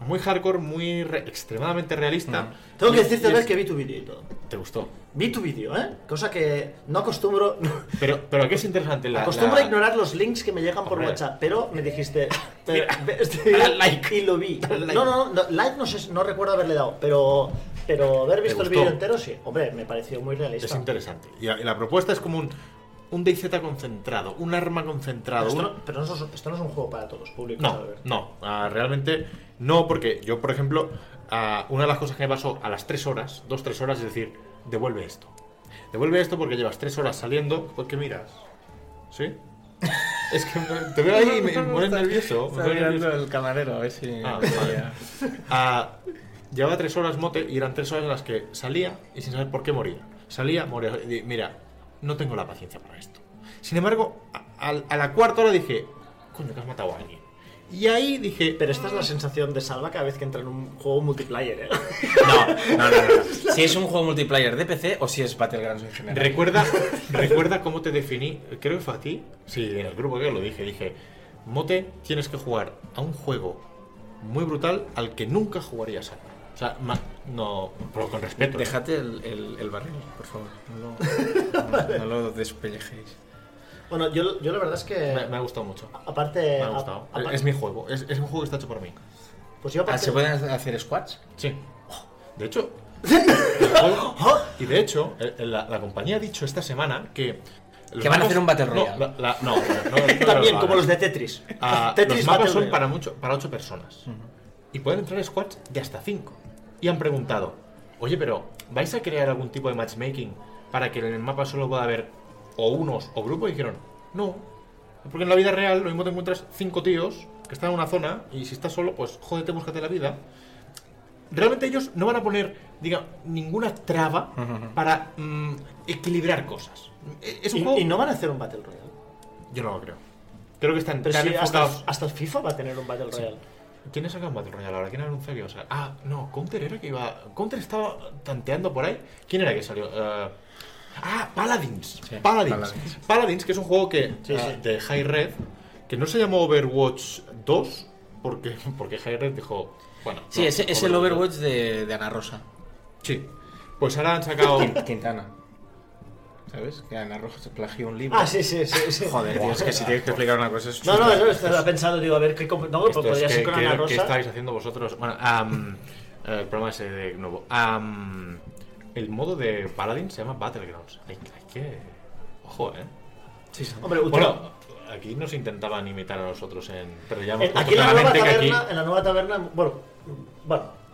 [SPEAKER 2] muy hardcore, muy re- extremadamente realista.
[SPEAKER 3] Tengo
[SPEAKER 2] Y-
[SPEAKER 3] que decirte
[SPEAKER 2] y
[SPEAKER 3] ver
[SPEAKER 2] es-
[SPEAKER 3] que vi tu vídeo y todo.
[SPEAKER 2] te gustó.
[SPEAKER 3] Vi tu vídeo, ¿eh? Cosa que no acostumbro. *laughs*
[SPEAKER 2] Pero, pero aquí es interesante la.
[SPEAKER 3] acostumbro
[SPEAKER 2] la-
[SPEAKER 3] a ignorar los links que me llegan por
[SPEAKER 2] Hombre.
[SPEAKER 3] WhatsApp, pero me
[SPEAKER 2] *laughs*
[SPEAKER 3] dijiste.
[SPEAKER 2] Mira,
[SPEAKER 3] ve- ve este vídeo
[SPEAKER 2] dale like.
[SPEAKER 3] Y lo vi.
[SPEAKER 2] Dale like.
[SPEAKER 3] No, no, no, no, like no, sé, si- no recuerdo haberle dado, pero. Pero haber visto el
[SPEAKER 2] gustó.
[SPEAKER 3] vídeo entero, sí. Hombre, me pareció muy
[SPEAKER 2] Es
[SPEAKER 3] realista.
[SPEAKER 2] interesante. Y la, y la propuesta es como un, un DayZ concentrado, un arma concentrado.
[SPEAKER 3] Pero esto,
[SPEAKER 2] un-
[SPEAKER 3] no, pero no es- esto no es un juego para todos los públicos,
[SPEAKER 2] No,
[SPEAKER 3] Albert.
[SPEAKER 2] no, ah, realmente no, porque yo, por ejemplo, ah, una de las cosas que me pasó a las 3 horas, 2-3 horas, es decir, devuelve esto. Devuelve esto porque llevas 3 horas saliendo, ¿por qué miras?
[SPEAKER 1] *laughs*
[SPEAKER 2] ¿Sí? Es que me- te veo ahí y me me pones nervioso. me pones nervioso.
[SPEAKER 1] el camarero, a ver si.
[SPEAKER 2] Ah, vale. Ah, llevaba 3 horas mote y eran 3 horas en las que salía y sin saber por qué moría. Salía, moría. y di- Mira, no tengo la paciencia para esto. Sin embargo, a, a- a la cuarta hora dije, coño, que has matado a alguien. Y ahí dije,
[SPEAKER 3] Pero esta es la sensación de salva cada vez que entra en un juego
[SPEAKER 2] *laughs*
[SPEAKER 3] multiplayer, ¿eh?
[SPEAKER 1] No, no, no, no. Si es un juego multiplayer de PC o si es Battlegrounds en general.
[SPEAKER 2] Recuerda, recuerda cómo te definí, creo que fue a ti, sí, en el grupo que lo dije, dije, Mote, tienes que jugar a un juego muy brutal al que nunca jugarías ahora. O sea, ma- no, pero con respeto. ¿eh?
[SPEAKER 1] Dejate el, el, el barril, por favor. No
[SPEAKER 2] *laughs*
[SPEAKER 1] lo, no, no lo despellejéis.
[SPEAKER 3] Bueno, yo, yo la verdad es que.
[SPEAKER 2] Me, me ha gustado mucho.
[SPEAKER 3] Aparte.
[SPEAKER 2] Me ha
[SPEAKER 3] Eh, a-
[SPEAKER 2] gustado.
[SPEAKER 3] apa-
[SPEAKER 2] Es mi juego, es, es un juego que está hecho por mí.
[SPEAKER 3] Pues yo
[SPEAKER 1] Ah,
[SPEAKER 3] aparte.
[SPEAKER 1] ¿Se
[SPEAKER 3] *laughs*
[SPEAKER 1] pueden hacer squats?
[SPEAKER 2] Sí. Oh, De hecho, el juego-
[SPEAKER 3] Oh.
[SPEAKER 2] y de hecho, el- el- la, la compañía ha dicho esta semana que. los
[SPEAKER 1] Que van a
[SPEAKER 2] mapas-
[SPEAKER 1] hacer un Battle
[SPEAKER 2] no,
[SPEAKER 1] Royale.
[SPEAKER 2] la- la- no, no, no, no
[SPEAKER 3] También,
[SPEAKER 2] lo
[SPEAKER 3] como
[SPEAKER 2] hagan.
[SPEAKER 3] los de Tetris.
[SPEAKER 2] Ah,
[SPEAKER 3] *laughs* Tetris
[SPEAKER 2] los mapas
[SPEAKER 3] Battle
[SPEAKER 2] son
[SPEAKER 3] Royale.
[SPEAKER 2] para, mucho, para 8 personas. Y pueden entrar squads de hasta 5. y han preguntado, oye, pero ¿vais a crear algún tipo de matchmaking para que en el mapa solo pueda haber o unos o grupos? Y dijeron, no, porque en la vida real lo mismo te encuentras cinco tíos que están en una zona y si estás solo, pues jódete, búscate la vida. Realmente ellos no van a poner, diga, ninguna traba
[SPEAKER 1] Ujú.
[SPEAKER 2] para mm, equilibrar cosas. E- Es un
[SPEAKER 3] Y,
[SPEAKER 2] juego...
[SPEAKER 3] y no van a hacer un Battle Royale.
[SPEAKER 2] Yo no lo creo. Creo que están
[SPEAKER 3] Pero
[SPEAKER 2] tan
[SPEAKER 3] sí, hasta,
[SPEAKER 2] enfocados...
[SPEAKER 3] hasta el FIFA va a tener un Battle Royale.
[SPEAKER 2] ¿Quién ha sacado un Battle Royale ahora? ¿Quién anunció que iba a sacar? Ah, no, Counter era que iba. Counter estaba tanteando por ahí. ¿Quién era que salió? Eh, ah, Paladins.
[SPEAKER 1] Sí,
[SPEAKER 2] Paladins. Paladins.
[SPEAKER 1] Paladins.
[SPEAKER 2] que es un juego que
[SPEAKER 3] Sí,
[SPEAKER 2] ah,
[SPEAKER 3] sí.
[SPEAKER 2] de High Red, que no se llamó Overwatch 2, porque, *laughs* porque High Red dijo. Bueno.
[SPEAKER 1] Sí,
[SPEAKER 2] no,
[SPEAKER 1] es, es el
[SPEAKER 2] Overwatch.
[SPEAKER 1] Overwatch de, de Ana Rosa.
[SPEAKER 2] Sí. Pues ahora han
[SPEAKER 3] *laughs*
[SPEAKER 2] sacado.
[SPEAKER 1] Quintana. ¿Sabes? Que Ana Rosa se plagió un libro.
[SPEAKER 3] Ah, sí, sí, sí. sí.
[SPEAKER 1] Joder, tío, es que si tienes que explicar una cosa es
[SPEAKER 3] No, no,
[SPEAKER 1] chulo.
[SPEAKER 3] no, estaba pensando, digo, a ver, ¿qué comp- no, pues
[SPEAKER 2] Esto es
[SPEAKER 3] podría
[SPEAKER 2] que-
[SPEAKER 3] ser con
[SPEAKER 2] que-
[SPEAKER 3] Ana
[SPEAKER 2] que
[SPEAKER 3] Rosa.
[SPEAKER 2] estáis haciendo vosotros? Bueno, am, eh, el programa ese de nuevo. Am, el modo de Paladin se llama Battlegrounds. Hay, hay que. Ojo, eh.
[SPEAKER 3] Hombre, Utero,
[SPEAKER 2] Bueno, aquí nos intentaban imitar a nosotros en. Pero ya hemos
[SPEAKER 3] en-
[SPEAKER 2] puesto
[SPEAKER 3] Eh, aquí, en la nueva
[SPEAKER 2] claramente que aquí.
[SPEAKER 3] taberna, en la nueva taberna, bueno, bueno,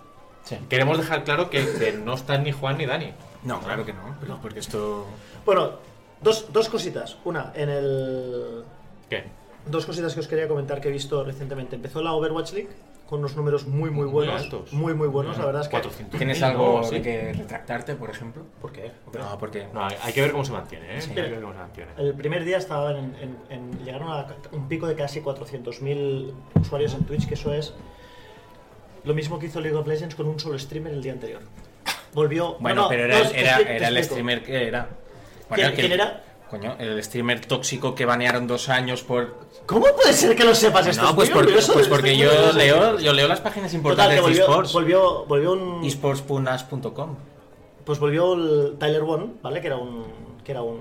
[SPEAKER 1] Sí.
[SPEAKER 2] Queremos dejar claro que, que no están ni Juan ni Dani.
[SPEAKER 1] No, claro que no, pero porque esto.
[SPEAKER 3] bueno, dos, dos cositas. Una, en el...
[SPEAKER 2] ¿Qué?
[SPEAKER 3] Dos cositas que os quería comentar que he visto recientemente. Empezó la Overwatch League con unos números muy, muy buenos.
[SPEAKER 2] altos.
[SPEAKER 3] Muy, muy buenos, la verdad es que...
[SPEAKER 2] 400.000,
[SPEAKER 1] ¿Tienes
[SPEAKER 2] ¿no?
[SPEAKER 1] algo
[SPEAKER 2] Sí.
[SPEAKER 1] de que retractarte, por ejemplo?
[SPEAKER 3] ¿Por qué?
[SPEAKER 1] No, porque.
[SPEAKER 2] No, hay, hay que ver cómo se mantiene, ¿eh?
[SPEAKER 1] Sí.
[SPEAKER 2] Hay que ver cómo se mantiene.
[SPEAKER 3] El primer día estaban en, en- en- llegaron a ca- un pico de casi 400.000 usuarios en Twitch, que eso es lo mismo que hizo League of Legends con un solo streamer el día anterior. Volvió.
[SPEAKER 1] Bueno,
[SPEAKER 3] no, no,
[SPEAKER 1] pero
[SPEAKER 3] no,
[SPEAKER 1] era,
[SPEAKER 3] te
[SPEAKER 1] era,
[SPEAKER 3] expli- te
[SPEAKER 1] era el
[SPEAKER 3] explico.
[SPEAKER 1] streamer que era.
[SPEAKER 3] ¿Quién-
[SPEAKER 1] que-
[SPEAKER 3] quién era?
[SPEAKER 1] Coño, el streamer tóxico que banearon dos años por.
[SPEAKER 3] ¿Cómo puede ser que lo sepas esto?
[SPEAKER 1] No, pues
[SPEAKER 3] tío?
[SPEAKER 1] porque,
[SPEAKER 3] Pero eso
[SPEAKER 1] pues
[SPEAKER 3] desde
[SPEAKER 1] porque
[SPEAKER 3] que
[SPEAKER 1] yo
[SPEAKER 3] eres así.
[SPEAKER 1] leo, yo leo las páginas
[SPEAKER 3] Total, que
[SPEAKER 1] importantes de
[SPEAKER 3] volvió,
[SPEAKER 1] esports.
[SPEAKER 3] volvió, volvió un.
[SPEAKER 1] esports.com.
[SPEAKER 3] Pues volvió el Tyler One, ¿vale? Que era un. que era un,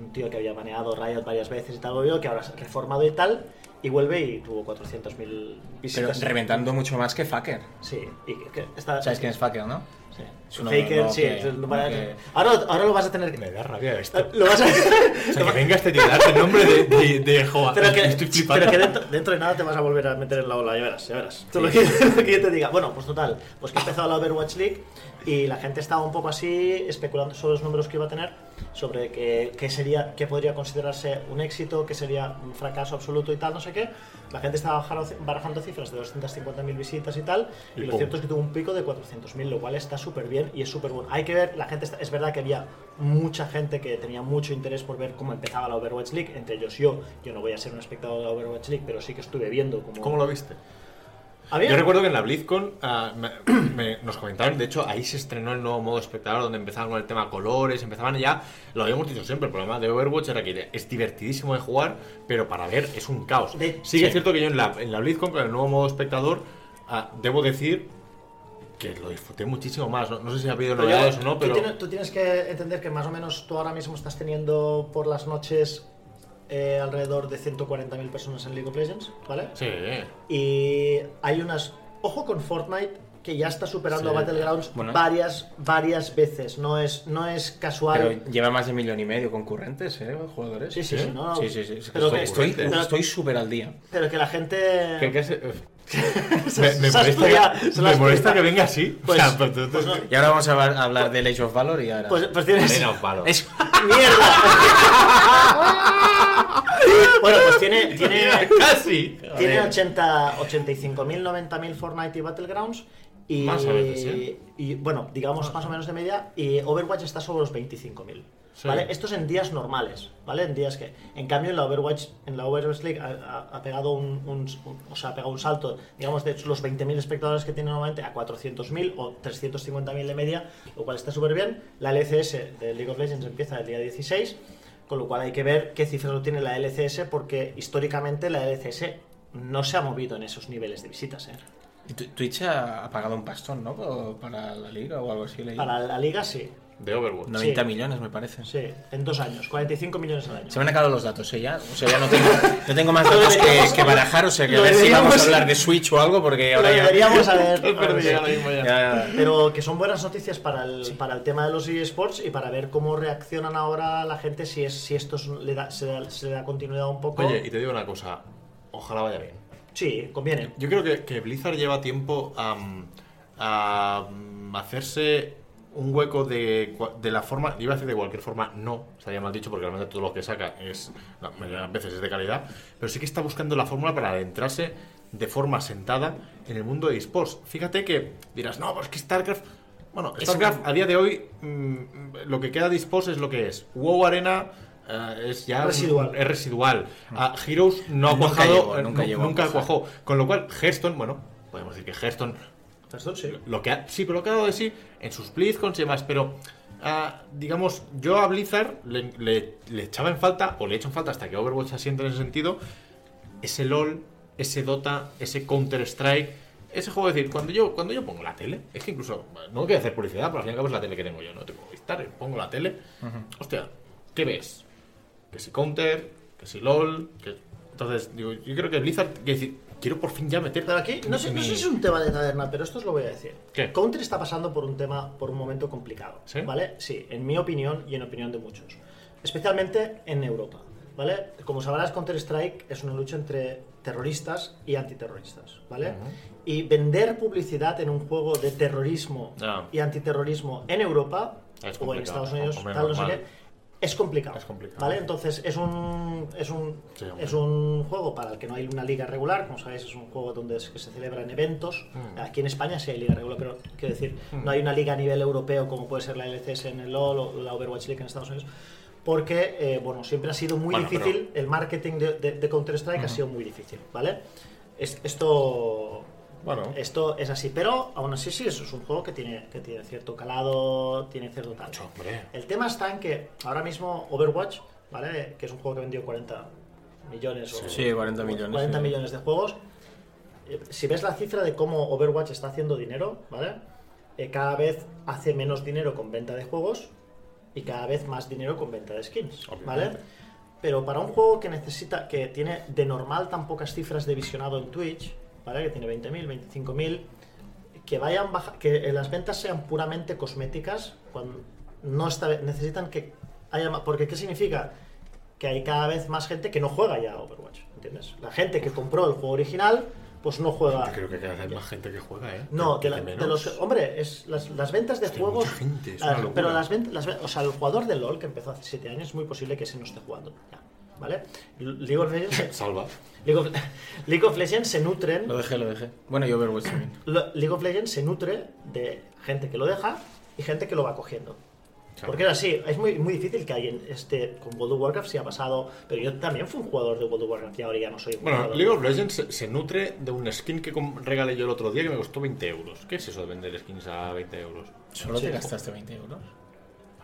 [SPEAKER 3] un tío que había baneado Riot varias veces y tal, volvió, que ahora se ha reformado y tal. Y vuelve y tuvo 400.000
[SPEAKER 1] Pero
[SPEAKER 3] visitas.
[SPEAKER 1] reventando mucho más que Faker.
[SPEAKER 3] Sí, y que, que está.
[SPEAKER 1] ¿Sabes quién es Faker, no?
[SPEAKER 3] Sí.
[SPEAKER 1] Es uno-
[SPEAKER 3] Faker,
[SPEAKER 1] no,
[SPEAKER 3] sí.
[SPEAKER 1] que-
[SPEAKER 3] es lo para-
[SPEAKER 1] que-
[SPEAKER 3] ahora, ahora lo vas a tener que.
[SPEAKER 2] Me da rabia esto.
[SPEAKER 3] *laughs* Lo vas a.
[SPEAKER 2] O sea, que venga este tío a darte el nombre de, de, de Joa.
[SPEAKER 3] pero que,
[SPEAKER 2] Estoy flipando.
[SPEAKER 3] pero que dentro, dentro de nada te vas a volver a meter en la ola, ya verás, ya verás. Todo lo, que, *laughs* lo que yo te diga. Bueno, pues total, pues que ha empezado la Overwatch League y la gente estaba un poco así especulando sobre los números que iba a tener, sobre qué qué sería, qué podría considerarse un éxito, qué sería un fracaso absoluto y tal, no sé qué. La gente estaba bajando- barajando cifras de 250.000 visitas y tal, y,
[SPEAKER 2] Y
[SPEAKER 3] lo
[SPEAKER 2] pum.
[SPEAKER 3] cierto es que tuvo un pico de 400.000, lo cual está súper bien y es súper bueno. Hay que ver, la gente, está- es verdad que había mucha gente que tenía mucho interés por ver cómo empezaba la Overwatch League, entre ellos yo. Yo no voy a ser un espectador de la Overwatch League, pero sí que estuve viendo cómo...
[SPEAKER 2] ¿Cómo lo viste?
[SPEAKER 3] A mí-
[SPEAKER 2] Yo recuerdo que en la BlizzCon ah, me- *coughs* me- nos comentaron, de hecho, ahí se estrenó el nuevo modo espectador donde empezaban con el tema colores, empezaban ya, lo habíamos dicho siempre, el problema de Overwatch era que es divertidísimo de jugar, pero para ver es un caos.
[SPEAKER 3] De-
[SPEAKER 2] sí que
[SPEAKER 3] sí.
[SPEAKER 2] es cierto que yo en la, en la BlizzCon con el nuevo modo espectador ah, debo decir que lo disfruté muchísimo más, no, no sé si ha habido
[SPEAKER 3] Pero yo-
[SPEAKER 2] novedades o no,
[SPEAKER 3] tú
[SPEAKER 2] pero...
[SPEAKER 3] tienes- Tú tienes, que entender que más o menos tú ahora mismo estás teniendo por las noches eh, alrededor de 140.000 personas en League of Legends, ¿vale?
[SPEAKER 2] Sí,
[SPEAKER 3] Y hay unas... Ojo con Fortnite, que ya está superando
[SPEAKER 2] Sí.
[SPEAKER 3] a Battlegrounds
[SPEAKER 1] Bueno.
[SPEAKER 3] varias, varias veces. No es, no es casual.
[SPEAKER 1] Pero lleva más de millón y medio concurrentes, ¿eh? Jugadores.
[SPEAKER 3] Sí, sí, sí,
[SPEAKER 2] ¿Sí?
[SPEAKER 3] no, no.
[SPEAKER 1] Sí, sí, sí, es que
[SPEAKER 3] Pero que,
[SPEAKER 1] estoy-
[SPEAKER 2] pero-
[SPEAKER 1] estoy estoy súper al día.
[SPEAKER 3] pero que la gente...
[SPEAKER 2] Que- que se-
[SPEAKER 3] *laughs* se-
[SPEAKER 2] me, me
[SPEAKER 3] se ha
[SPEAKER 2] molesta,
[SPEAKER 3] estudiado,
[SPEAKER 2] que,
[SPEAKER 3] se
[SPEAKER 2] me
[SPEAKER 3] la ha
[SPEAKER 2] molesta
[SPEAKER 3] estudiado.
[SPEAKER 2] que venga así.
[SPEAKER 3] Pues-
[SPEAKER 2] o sea, pero tú-
[SPEAKER 3] pues no.
[SPEAKER 1] Y ahora vamos a hablar, a hablar del Age of Valor y ahora.
[SPEAKER 3] Pues, pues tienes...
[SPEAKER 2] Arena of Valor.
[SPEAKER 1] Es-
[SPEAKER 3] *laughs* ¡Mierda! *laughs* bueno, pues tiene...
[SPEAKER 2] *laughs*
[SPEAKER 3] tiene...
[SPEAKER 2] Casi.
[SPEAKER 3] Tiene 80, 85.000, 90.000 Fortnite y Battlegrounds. Y,
[SPEAKER 2] Más a veces, ¿eh?
[SPEAKER 3] y, bueno, digamos más o menos de media. Y Overwatch está sobre los 25.000.
[SPEAKER 2] Sí.
[SPEAKER 3] ¿Vale? Esto es en días normales, ¿vale? En días que. En cambio, en la Overwatch, en la Overwatch League ha, ha- ha pegado un, un- un- o sea, ha pegado un salto, digamos, de los 20.000 espectadores que tiene normalmente a 400.000 o 350.000 de media, lo cual está súper bien. La LCS de League of Legends empieza el día 16, con lo cual hay que ver qué cifras lo tiene la LCS, porque históricamente la LCS no se ha movido en esos niveles de visitas, ¿eh?
[SPEAKER 1] Y tu- Twitch ha, ha pagado un pastón, ¿no? Por- Para la liga o algo así. leí.
[SPEAKER 3] Para la liga, sí.
[SPEAKER 2] De Overwatch.
[SPEAKER 1] 90
[SPEAKER 3] sí.
[SPEAKER 1] millones, me parece.
[SPEAKER 3] Sí, en dos años, 45 millones al año.
[SPEAKER 1] Se me han acabado los datos, ¿eh? Ya, o sea, ya no tengo, no tengo
[SPEAKER 3] *laughs*
[SPEAKER 1] más
[SPEAKER 3] Lo
[SPEAKER 1] datos que,
[SPEAKER 3] deberíamos-
[SPEAKER 1] que barajar, o sea, que a
[SPEAKER 3] lo
[SPEAKER 1] ver si vamos a
[SPEAKER 3] deberíamos-
[SPEAKER 1] hablar de Switch o algo, porque
[SPEAKER 3] Lo
[SPEAKER 1] ahora ya...
[SPEAKER 2] *laughs*
[SPEAKER 3] deberíamos haber.
[SPEAKER 2] Estoy perdido ahora mismo Ah, ya.
[SPEAKER 1] ya-
[SPEAKER 3] Pero que son buenas noticias para el, para el tema de los eSports y para ver cómo reaccionan ahora la gente, si, es, si esto es- le da, se, da, se le da continuidad un poco.
[SPEAKER 2] Oye, y te digo una cosa. Ojalá vaya bien. Eh,
[SPEAKER 3] Sí, conviene.
[SPEAKER 2] Yo creo que, que Blizzard lleva tiempo am, am, mm, hacerse un hueco de, cua- de la forma, iba a decir de cualquier forma, no, estaría mal dicho porque realmente todo lo que saca es, la mayoría de las veces es de calidad, pero sí que está buscando la fórmula para adentrarse de forma sentada en el mundo de esports. Fíjate que dirás, no, pues que StarCraft... Bueno,
[SPEAKER 1] Es
[SPEAKER 2] StarCraft
[SPEAKER 1] un-
[SPEAKER 2] a día de hoy mm, lo que queda de esports es lo que es. WoW Arena eh, es ya... un-
[SPEAKER 3] Residual.
[SPEAKER 2] Es residual.
[SPEAKER 1] Mm.
[SPEAKER 2] Ah, Heroes no ha
[SPEAKER 1] Nunca
[SPEAKER 2] cuajado,
[SPEAKER 1] llegó,
[SPEAKER 2] eh,
[SPEAKER 1] nunca
[SPEAKER 2] nu-
[SPEAKER 1] llegó a
[SPEAKER 2] nunca
[SPEAKER 1] cuajar.
[SPEAKER 2] cuajó. Con lo cual, Hearthstone, bueno, podemos decir que Hearthstone
[SPEAKER 3] Perdón, sí.
[SPEAKER 2] lo que ha, sí, pero lo que ha dado de sí en sus BlizzCons y demás, pero ah, digamos, yo a Blizzard le, le- le echaba en falta, o le echo en falta hasta que Overwatch asienta en ese sentido, ese LOL, ese Dota, ese Counter-Strike, ese juego es decir, cuando yo, cuando yo pongo la tele, es que incluso, no quiero hacer publicidad, pero al fin y al cabo es la tele que tengo yo, no tengo Movistar, eh, pongo la tele, hostia, ¿qué ves? que si Counter, que si LOL, que... Entonces, digo, yo creo que Blizzard, quiero decir, quiero por fin ya meter
[SPEAKER 3] Pero aquí, no sé, no sé si es un tema de taberna, pero esto os lo voy a decir.
[SPEAKER 2] ¿Qué?
[SPEAKER 3] Counter está pasando por un tema, por un momento complicado.
[SPEAKER 2] ¿Sí?
[SPEAKER 3] ¿Vale? Sí, en mi opinión y en opinión de muchos. Especialmente en Europa. ¿Vale? Como sabrás, Counter-Strike es una lucha entre terroristas y antiterroristas. ¿Vale?
[SPEAKER 2] Ujú.
[SPEAKER 3] Y vender publicidad en un juego de terrorismo
[SPEAKER 2] Ah.
[SPEAKER 3] y antiterrorismo en Europa
[SPEAKER 2] Es
[SPEAKER 3] o en
[SPEAKER 2] complicado,
[SPEAKER 3] Estados Unidos,
[SPEAKER 2] hombre,
[SPEAKER 3] tal, no sé
[SPEAKER 2] normal.
[SPEAKER 3] qué, es complicado.
[SPEAKER 2] Es complicado.
[SPEAKER 3] ¿Vale? Entonces es un, es, un,
[SPEAKER 2] Sí, hombre.
[SPEAKER 3] es un juego para el que no hay una liga regular, como sabéis es un juego donde es- que se celebran eventos.
[SPEAKER 2] Mm.
[SPEAKER 3] Aquí en España sí hay liga regular, pero quiero decir, no hay una liga a nivel europeo como puede ser la LCS en el LoL o la Overwatch League en Estados Unidos. Porque, eh, bueno, siempre ha sido muy
[SPEAKER 2] Bueno,
[SPEAKER 3] difícil, el marketing de, de- de Counter-Strike ha sido muy difícil, ¿vale? Es- esto
[SPEAKER 2] Bueno,
[SPEAKER 3] esto es así, pero aún así sí, eso es un juego que tiene, que tiene cierto calado, tiene cierto tal.
[SPEAKER 2] hombre.
[SPEAKER 3] El tema está en que ahora mismo Overwatch, ¿vale? Que es un juego que vendió 40 millones o
[SPEAKER 1] Sí, 40 millones,
[SPEAKER 3] 40
[SPEAKER 1] sí.
[SPEAKER 3] millones de juegos. Eh, Si ves la cifra de cómo Overwatch está haciendo dinero, ¿vale? Eh, cada vez hace menos dinero con venta de juegos y cada vez más dinero con venta de skins, ¿vale?
[SPEAKER 2] Obviamente.
[SPEAKER 3] Pero para un juego que necesita, que tiene de normal tan pocas cifras de visionado en Twitch, ¿vale? Que tiene 20.000, 25.000, que vayan baja, que eh, las ventas sean puramente cosméticas, cuando no está, necesitan que haya ma- porque qué significa que hay cada vez más gente que no juega ya a Overwatch, ¿entiendes? La gente que compró el juego original, pues no juega.
[SPEAKER 2] Creo que cada vez hay más gente que juega, ¿eh?
[SPEAKER 3] No,
[SPEAKER 2] Que-
[SPEAKER 3] de,
[SPEAKER 2] que
[SPEAKER 3] la- de
[SPEAKER 2] menos.
[SPEAKER 3] los. Hombre, es, las, las ventas de
[SPEAKER 2] Hostia,
[SPEAKER 3] juegos.
[SPEAKER 2] mucha gente, es
[SPEAKER 3] las-
[SPEAKER 2] una locura.
[SPEAKER 3] pero las ventas. Las, ven- o sea, el jugador de LOL que empezó hace 7 años es muy posible que ese no esté jugando ya. ¿Vale? League of Legends. *laughs*
[SPEAKER 2] Salva.
[SPEAKER 3] League, of, League of Legends se nutren.
[SPEAKER 1] Lo dejé, lo dejé. Bueno, yo Overwatch también.
[SPEAKER 3] lo- League of Legends se nutre de gente que lo deja y gente que lo va cogiendo. Porque era así, es muy, muy difícil que alguien esté con World of Warcraft si ha pasado. Pero yo también fui un jugador de World of Warcraft y ahora ya no soy un
[SPEAKER 2] Bueno,
[SPEAKER 3] jugador.
[SPEAKER 2] League of Legends se, se nutre de un skin que com- regalé yo el otro día que me costó 20 euros. ¿Qué es eso de vender skins a 20 euros?
[SPEAKER 1] ¿Solo
[SPEAKER 3] Sí.
[SPEAKER 1] te gastaste 20 euros?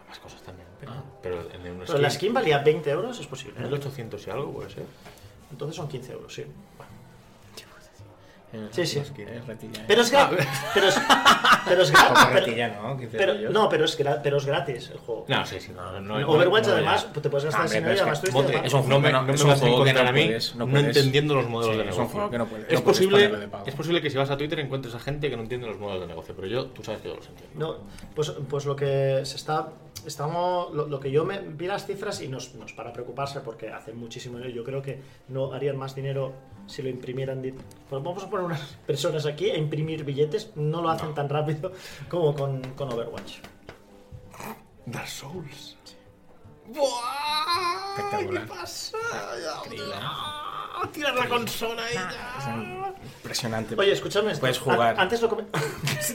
[SPEAKER 2] Más cosas también. Pero, pero en un
[SPEAKER 3] Ah. pero la skin valía 20 euros, es posible. ¿eh?
[SPEAKER 2] 1800 y algo puede ser.
[SPEAKER 3] Entonces son 15 euros, sí.
[SPEAKER 1] Eh,
[SPEAKER 3] Sí, sí.
[SPEAKER 1] más que- eh, ratilla, eh.
[SPEAKER 3] Pero es gratis. Pero
[SPEAKER 1] *laughs*
[SPEAKER 3] es, pero es
[SPEAKER 1] Poco
[SPEAKER 3] gratis. Pero,
[SPEAKER 1] ratilla, ¿no? 15
[SPEAKER 3] pero-
[SPEAKER 1] euros.
[SPEAKER 3] no, pero es, gra- pero es gratis el juego.
[SPEAKER 2] No, sí, sí, no. no- no-
[SPEAKER 3] Overwatch,
[SPEAKER 2] no- no-
[SPEAKER 3] además, pues
[SPEAKER 2] no-
[SPEAKER 3] te puedes gastar
[SPEAKER 1] Ah, Hombre,
[SPEAKER 3] sin
[SPEAKER 1] pero
[SPEAKER 3] dinero
[SPEAKER 1] es
[SPEAKER 3] y
[SPEAKER 1] que
[SPEAKER 3] además tú
[SPEAKER 1] bote-
[SPEAKER 3] dices,
[SPEAKER 1] es un
[SPEAKER 2] No me,
[SPEAKER 1] juego
[SPEAKER 2] no me
[SPEAKER 1] que
[SPEAKER 2] vas a
[SPEAKER 1] no
[SPEAKER 2] encontrar a mí
[SPEAKER 1] puedes-
[SPEAKER 2] no,
[SPEAKER 1] no puedes.
[SPEAKER 2] entendiendo los modelos
[SPEAKER 1] Sí,
[SPEAKER 2] de
[SPEAKER 1] es un
[SPEAKER 2] negocio.
[SPEAKER 1] juego que no puedes-
[SPEAKER 2] es,
[SPEAKER 1] no puedes
[SPEAKER 2] posible,
[SPEAKER 1] ponerlo de pago.
[SPEAKER 2] es posible que si vas a Twitter encuentres a gente que no entiende los modelos de negocio, pero yo, tú sabes que yo los entiendo.
[SPEAKER 3] No, pues, pues lo que se está. Estamos, lo, lo que yo me, vi las cifras y nos, nos para preocuparse porque hacen muchísimo dinero. Yo creo que no harían más dinero si lo imprimieran. di- Pues vamos a poner unas *laughs* personas aquí a imprimir billetes. No lo hacen tan rápido como con, con Overwatch.
[SPEAKER 2] Dark Souls.
[SPEAKER 1] Espectacular. Increíble, ¿no?
[SPEAKER 2] Tirar la consola y
[SPEAKER 1] Es un- Impresionante.
[SPEAKER 3] Oye, escúchame. esto.
[SPEAKER 1] Puedes jugar.
[SPEAKER 3] An- Antes *laughs* lo que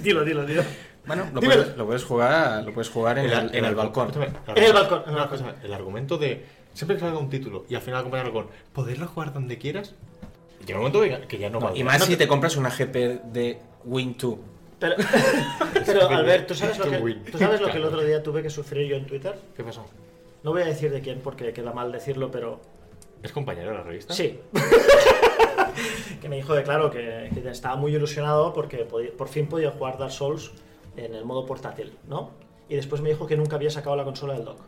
[SPEAKER 3] dilo, dilo, dilo.
[SPEAKER 1] bueno, lo
[SPEAKER 3] dímelo.
[SPEAKER 1] puedes, lo puedes jugar, lo puedes jugar en el, en el balcón.
[SPEAKER 3] En el balcón.
[SPEAKER 2] No, escúchame, el argumento de siempre que salga un título y al final acompañarlo con poderlo jugar donde quieras. Llega un momento que, que ya no,
[SPEAKER 1] No,
[SPEAKER 2] vale.
[SPEAKER 1] y más si te compras una GP de Win 2.
[SPEAKER 3] Pero, pero Albert, ¿tú sabes, lo
[SPEAKER 2] Qué
[SPEAKER 3] que,
[SPEAKER 2] win.
[SPEAKER 3] ¿tú sabes lo que el otro día tuve que sufrir yo en Twitter?
[SPEAKER 2] ¿Qué pasó?
[SPEAKER 3] No voy a decir de quién porque queda mal decirlo, pero
[SPEAKER 2] ¿Es compañero de la revista?
[SPEAKER 3] sí. *laughs* que me dijo de claro que, que estaba muy ilusionado porque podí- por fin podía jugar Dark Souls en el modo portátil, ¿no? Y después me dijo que nunca había sacado la consola del dock.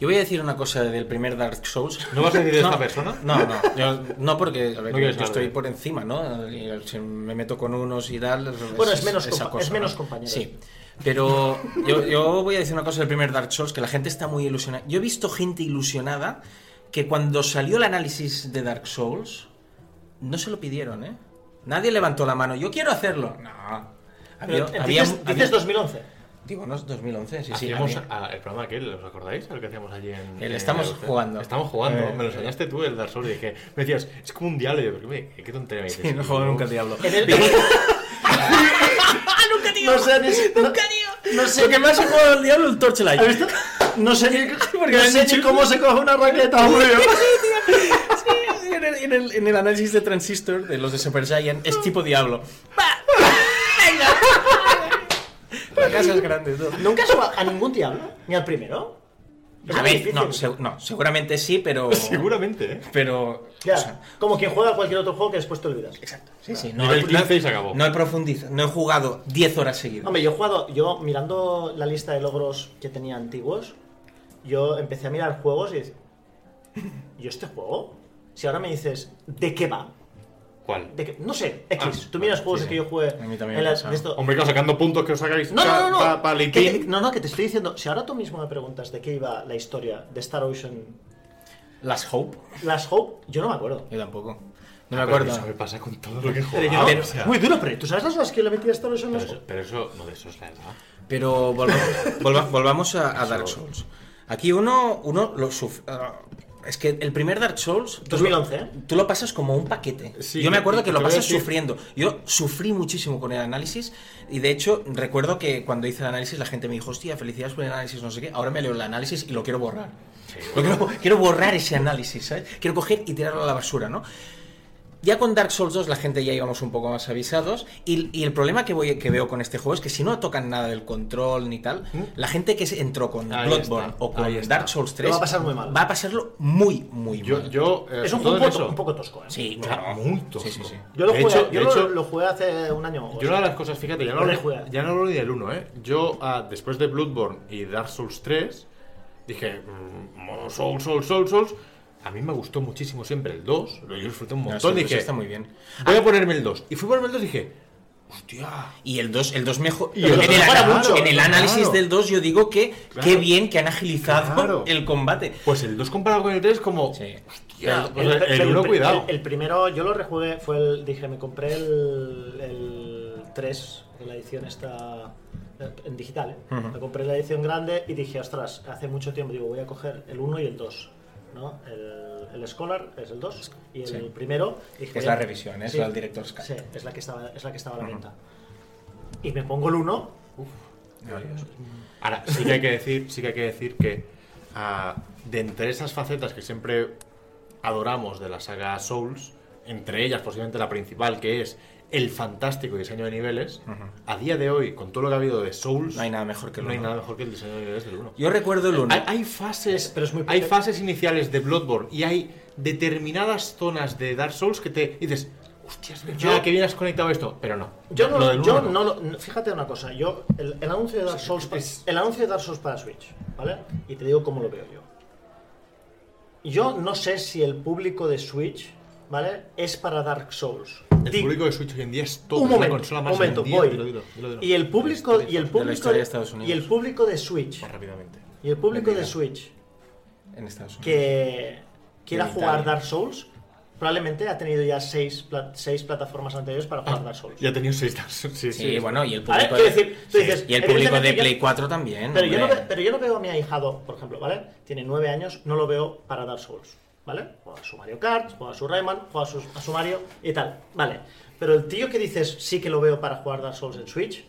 [SPEAKER 1] Yo voy a decir una cosa del primer Dark Souls.
[SPEAKER 2] ¿No vas a decir de
[SPEAKER 1] No.
[SPEAKER 2] esta persona?
[SPEAKER 1] No, no, yo- no porque
[SPEAKER 2] ver,
[SPEAKER 1] yo-
[SPEAKER 2] ¿qué
[SPEAKER 1] yo,
[SPEAKER 2] es la
[SPEAKER 1] estoy
[SPEAKER 2] verdad?
[SPEAKER 1] por encima, ¿no? Y Si me meto con unos y tal.
[SPEAKER 3] Bueno, es menos
[SPEAKER 1] esa
[SPEAKER 3] compa- es menos
[SPEAKER 1] ¿no?
[SPEAKER 3] compañero.
[SPEAKER 1] Sí. Pero yo, yo voy a decir una cosa del primer Dark Souls, que la gente está muy ilusionada. Yo he visto gente ilusionada que cuando salió el análisis de Dark Souls, no se lo pidieron, ¿eh? Nadie levantó la mano, yo quiero hacerlo. No. Había-
[SPEAKER 3] Pero, eh,
[SPEAKER 1] había-
[SPEAKER 3] dices,
[SPEAKER 1] había-
[SPEAKER 3] dices 2011.
[SPEAKER 1] Digo, no, 2011, sí, sí.
[SPEAKER 2] Hacíamos
[SPEAKER 1] había-
[SPEAKER 2] a- el programa aquel, ¿os acordáis? El que hacíamos allí en.
[SPEAKER 1] El
[SPEAKER 2] en
[SPEAKER 1] Estamos
[SPEAKER 2] hotel.
[SPEAKER 1] jugando.
[SPEAKER 2] Estamos jugando.
[SPEAKER 1] Eh,
[SPEAKER 2] me lo enseñaste tú, el Dark Souls. Y dije, me decías, es como un diálogo. Y yo, pero qué, qué tontería me dices.
[SPEAKER 1] Sí, no juego nunca al Diablo.
[SPEAKER 3] En el-
[SPEAKER 1] *laughs*
[SPEAKER 4] ¡Nunca, tío!
[SPEAKER 3] no sé ni- no-
[SPEAKER 4] ¡Nunca, tío!
[SPEAKER 3] no
[SPEAKER 4] Lo
[SPEAKER 3] sé
[SPEAKER 4] que más he jugado al diablo es el Torchlight.
[SPEAKER 3] ¿Has visto? No sé ni,
[SPEAKER 1] *laughs*
[SPEAKER 4] Porque
[SPEAKER 3] no
[SPEAKER 4] me han
[SPEAKER 3] sé
[SPEAKER 4] dicho-
[SPEAKER 3] ni cómo se coge una raqueta, hombre.
[SPEAKER 4] Sí, en el, en el- en el análisis de Transistor, de los de Super Saiyan, es tipo diablo.
[SPEAKER 1] La casa es grande, tú.
[SPEAKER 3] ¿Nunca has jugado a ningún diablo? ¿Ni al primero? Es
[SPEAKER 1] A
[SPEAKER 3] muy
[SPEAKER 1] ver,
[SPEAKER 3] difícil.
[SPEAKER 1] no, seg- no, seguramente sí, pero. *laughs*
[SPEAKER 2] Seguramente, ¿eh?
[SPEAKER 1] Pero.
[SPEAKER 3] Ya,
[SPEAKER 1] o sea,
[SPEAKER 3] como quien juega a cualquier otro juego que después te olvidas. Exacto.
[SPEAKER 1] sí, sí, no,
[SPEAKER 2] No, el
[SPEAKER 1] he- no,
[SPEAKER 2] 15 y se acabó.
[SPEAKER 1] no he profundizado. No he jugado 10 horas seguidas.
[SPEAKER 3] Hombre, yo he jugado, yo mirando la lista de logros que tenía antiguos, yo empecé a mirar juegos y decía, ¿yo este juego? Si ahora me dices, ¿de qué va?
[SPEAKER 2] ¿Cuál?
[SPEAKER 3] ¿De qué? No sé, X.
[SPEAKER 2] Ah,
[SPEAKER 3] Tú miras
[SPEAKER 2] sí,
[SPEAKER 3] juegos
[SPEAKER 2] sí.
[SPEAKER 3] que yo jugué.
[SPEAKER 1] A mí también
[SPEAKER 3] en
[SPEAKER 1] me
[SPEAKER 3] la-
[SPEAKER 1] pasa.
[SPEAKER 3] de esto.
[SPEAKER 2] Hombre, claro, sacando puntos que os sacáis.
[SPEAKER 3] No, no, no, no.
[SPEAKER 2] Para
[SPEAKER 3] Que te- no, no, que te estoy diciendo. Si ahora tú mismo me preguntas de qué iba la historia de Star Ocean
[SPEAKER 1] Las Hope.
[SPEAKER 3] Last Hope, yo no me acuerdo.
[SPEAKER 1] Yo tampoco. Ah, No Ah, me acuerdo.
[SPEAKER 2] Eso me pasa con todo lo que he
[SPEAKER 3] Pero yo-
[SPEAKER 2] jugado.
[SPEAKER 3] pero-
[SPEAKER 2] o sea.
[SPEAKER 3] muy duro, pero ¿tú sabes las horas que le metí a Star Ocean?
[SPEAKER 2] pero,
[SPEAKER 3] Last
[SPEAKER 2] eso,
[SPEAKER 3] Hope?
[SPEAKER 2] pero eso, no, de eso es la edad.
[SPEAKER 1] Pero volvamos, volva- volvamos a, a Dark Souls. Aquí uno, uno lo suf- ah, es que el primer Dark Souls. tú lo-
[SPEAKER 3] 2011, ¿eh?
[SPEAKER 1] Tú lo pasas como un paquete.
[SPEAKER 2] Sí,
[SPEAKER 1] Yo me acuerdo
[SPEAKER 2] te-
[SPEAKER 1] que
[SPEAKER 2] te
[SPEAKER 1] lo
[SPEAKER 2] voy a
[SPEAKER 1] pasas
[SPEAKER 2] decir-
[SPEAKER 1] sufriendo. Yo sufrí muchísimo con el análisis. Y de hecho, recuerdo que cuando hice el análisis, la gente me dijo, hostia, felicidades por el análisis, no sé qué. Ahora me leo el análisis y lo quiero borrar. Lo quiero, quiero borrar ese análisis, ¿sabes? Quiero coger y tirarlo a la basura, ¿no? Ya con Dark Souls 2 la gente ya íbamos un poco más avisados y, y el problema que, voy, que veo con este juego es que si no tocan nada del control ni tal, la gente que se entró con
[SPEAKER 2] ¿Mm? Ahí
[SPEAKER 1] Bloodborne
[SPEAKER 2] está,
[SPEAKER 1] o con
[SPEAKER 2] ahí está.
[SPEAKER 1] Dark Souls 3
[SPEAKER 3] Lo va a pasar muy mal.
[SPEAKER 1] Va a pasarlo muy, muy
[SPEAKER 2] Yo,
[SPEAKER 1] mal.
[SPEAKER 2] yo, eh,
[SPEAKER 3] Es un
[SPEAKER 2] sobre todo en
[SPEAKER 3] juego un poco,
[SPEAKER 2] eso-
[SPEAKER 3] un poco tosco, ¿eh?
[SPEAKER 1] sí,
[SPEAKER 2] Claro,
[SPEAKER 1] claro.
[SPEAKER 2] muy tosco.
[SPEAKER 1] Sí, sí, sí.
[SPEAKER 3] Yo, lo,
[SPEAKER 2] De
[SPEAKER 3] jugué,
[SPEAKER 2] hecho-
[SPEAKER 3] yo
[SPEAKER 2] de
[SPEAKER 3] lo,
[SPEAKER 2] hecho-
[SPEAKER 3] lo jugué hace un año. o
[SPEAKER 2] Yo
[SPEAKER 3] sea.
[SPEAKER 2] una de las cosas, fíjate, ya no, hablo,
[SPEAKER 3] Rejuega.
[SPEAKER 2] ya no hablo ni del 1, ¿eh? Yo, ah, después de Bloodborne y Dark Souls 3, dije, mm, modo Souls, Souls, Souls, Souls. A mí me gustó muchísimo siempre el 2, lo yo disfruté un
[SPEAKER 1] No,
[SPEAKER 2] montón.
[SPEAKER 1] sí,
[SPEAKER 2] y
[SPEAKER 1] pues
[SPEAKER 2] dije,
[SPEAKER 1] está muy bien.
[SPEAKER 2] voy a ponerme el 2. Y fui a ponerme el 2 y dije, hostia,
[SPEAKER 1] Y el 2, el 2 mejor.
[SPEAKER 2] Y el dos
[SPEAKER 1] en, el,
[SPEAKER 2] mejora
[SPEAKER 1] ana-
[SPEAKER 2] mucho,
[SPEAKER 1] en el análisis
[SPEAKER 2] claro.
[SPEAKER 1] del 2 yo digo que
[SPEAKER 2] Claro.
[SPEAKER 1] qué bien que han agilizado
[SPEAKER 2] Claro.
[SPEAKER 1] *laughs* el combate.
[SPEAKER 2] pues el 2 comparado con el 3 como,
[SPEAKER 1] Sí.
[SPEAKER 2] hostia,
[SPEAKER 3] El-
[SPEAKER 2] pues el
[SPEAKER 3] pero
[SPEAKER 2] 1
[SPEAKER 3] pri-
[SPEAKER 2] cuidado.
[SPEAKER 3] El, el primero, yo lo rejugué, fue el. Dije, me compré el, el 3, de la edición esta. eh, En digital, ¿eh? Me compré la edición grande y dije, ostras, hace mucho tiempo, digo, voy a coger el 1 y el 2. ¿no? El, el Scholar es el 2 y el
[SPEAKER 1] Sí.
[SPEAKER 3] primero. dije,
[SPEAKER 1] Que es
[SPEAKER 3] voy a-
[SPEAKER 1] la revisión, ¿eh? Es la del director Scott.
[SPEAKER 3] Sí, es la que estaba, es la que estaba a la venta. Y me pongo el 1.
[SPEAKER 2] Ahora, sí que hay que decir, sí que, hay que, decir que ah, de entre esas facetas que siempre adoramos de la saga Souls, entre ellas posiblemente la principal, que es el fantástico diseño de niveles, a día de hoy, con todo lo que ha habido de Souls,
[SPEAKER 1] No hay nada mejor que el
[SPEAKER 2] no hay
[SPEAKER 1] uno.
[SPEAKER 2] nada mejor que el diseño de niveles del 1.
[SPEAKER 1] Yo recuerdo el 1.
[SPEAKER 2] Hay, hay fases,
[SPEAKER 3] Pero es muy
[SPEAKER 2] hay
[SPEAKER 3] perfecto.
[SPEAKER 2] fases iniciales de Bloodborne y hay determinadas zonas de Dark Souls que te dices, hostia, es verdad
[SPEAKER 3] Yo-
[SPEAKER 2] que bien has conectado esto, pero no.
[SPEAKER 3] Yo no,
[SPEAKER 2] Lo del
[SPEAKER 3] yo
[SPEAKER 2] uno
[SPEAKER 3] no lo- no, fíjate una cosa, yo el, el anuncio de Dark Souls pa-
[SPEAKER 2] es-
[SPEAKER 3] el anuncio de Dark Souls para Switch, ¿vale? Y te digo cómo lo veo yo. Yo no sé si el público de Switch, ¿vale? Es para Dark Souls.
[SPEAKER 2] El
[SPEAKER 3] Di-
[SPEAKER 2] público de Switch hoy en día es todo.
[SPEAKER 3] un
[SPEAKER 2] es la
[SPEAKER 3] momento,
[SPEAKER 2] consola
[SPEAKER 3] un
[SPEAKER 2] más
[SPEAKER 3] momento,
[SPEAKER 2] vendida.
[SPEAKER 3] voy.
[SPEAKER 2] Dilo, dilo, dilo, dilo.
[SPEAKER 3] Y el público y el
[SPEAKER 1] de la
[SPEAKER 3] público
[SPEAKER 1] historia de Estados Unidos.
[SPEAKER 3] y el público de Switch
[SPEAKER 2] Más rápidamente.
[SPEAKER 3] y el público de
[SPEAKER 1] Mentira.
[SPEAKER 3] Switch
[SPEAKER 1] En Estados Unidos.
[SPEAKER 3] que quiera
[SPEAKER 1] En
[SPEAKER 3] jugar
[SPEAKER 1] Italia.
[SPEAKER 3] Dark Souls probablemente ha tenido ya seis, pla- seis plataformas anteriores para jugar Dark Souls.
[SPEAKER 2] Ya ha tenido seis *laughs* Dark Souls. Sí,
[SPEAKER 1] Sí, bueno, y el
[SPEAKER 3] A ver,
[SPEAKER 1] público,
[SPEAKER 3] quiero
[SPEAKER 1] de,
[SPEAKER 3] decir, tú
[SPEAKER 1] sí,
[SPEAKER 3] dices,
[SPEAKER 1] y el público de
[SPEAKER 3] evidentemente
[SPEAKER 1] Play
[SPEAKER 3] yo-
[SPEAKER 1] 4 también.
[SPEAKER 3] Pero yo, no
[SPEAKER 1] hombre.
[SPEAKER 3] ve- pero yo no veo a mi ahijado, por ejemplo, ¿vale? Tiene nueve años, no lo veo para Dark Souls, ¿vale? Juega a su Mario Kart, juega a su Rayman, juega a su, a su Mario y tal, ¿vale? Pero el tío que dices sí que lo veo para jugar Dark Souls en Switch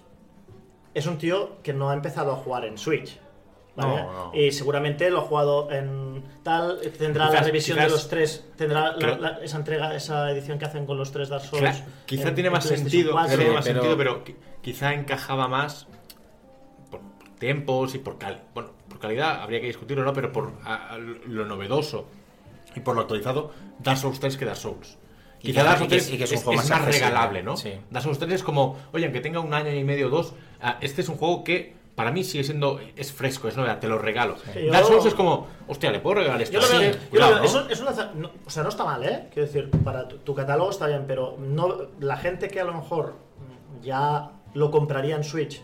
[SPEAKER 3] es un tío que no ha empezado a jugar en Switch. ¿Vale?
[SPEAKER 2] No, no.
[SPEAKER 3] Y seguramente lo ha jugado en tal, tendrá la
[SPEAKER 2] Quizás-
[SPEAKER 3] revisión
[SPEAKER 2] quizás-
[SPEAKER 3] de los tres, tendrá la-
[SPEAKER 2] Creo-
[SPEAKER 3] la- esa entrega, esa edición que hacen con los tres Dark Souls.
[SPEAKER 2] Claro, quizá
[SPEAKER 3] en-
[SPEAKER 2] tiene
[SPEAKER 3] en
[SPEAKER 2] más
[SPEAKER 3] PlayStation
[SPEAKER 2] sentido,
[SPEAKER 3] 4.
[SPEAKER 2] quizá tiene más
[SPEAKER 1] pero-
[SPEAKER 2] sentido, pero qui- quizá encajaba más por, por tiempos y por calidad. Bueno, por calidad habría que discutirlo, ¿no? Pero por a- a lo novedoso y por lo actualizado, Dark Souls 3 que Dark Souls.
[SPEAKER 1] Y
[SPEAKER 2] Quizá
[SPEAKER 1] que-
[SPEAKER 2] Dark
[SPEAKER 1] y
[SPEAKER 2] Souls
[SPEAKER 1] que-
[SPEAKER 2] 3
[SPEAKER 1] y que
[SPEAKER 2] es, es más,
[SPEAKER 1] accesible,
[SPEAKER 2] regalable, ¿no?
[SPEAKER 1] sí.
[SPEAKER 2] Dark Souls 3 es como, oye, aunque tenga un año y medio o dos, ah, este es un juego que para mí sigue siendo, es fresco, es novedad, te lo regalo.
[SPEAKER 3] Sí,
[SPEAKER 2] Dark
[SPEAKER 3] yo-
[SPEAKER 2] Souls es como, hostia, le puedo regalar esto.
[SPEAKER 3] Yo lo
[SPEAKER 2] Sí,
[SPEAKER 3] veo- yo lo
[SPEAKER 2] cuidado,
[SPEAKER 3] veo-
[SPEAKER 2] ¿no?
[SPEAKER 3] eso- es un lanza- no, o sea, no está mal, ¿eh? Quiero decir, para tu, tu catálogo está bien, pero no, la gente que a lo mejor ya lo compraría en Switch,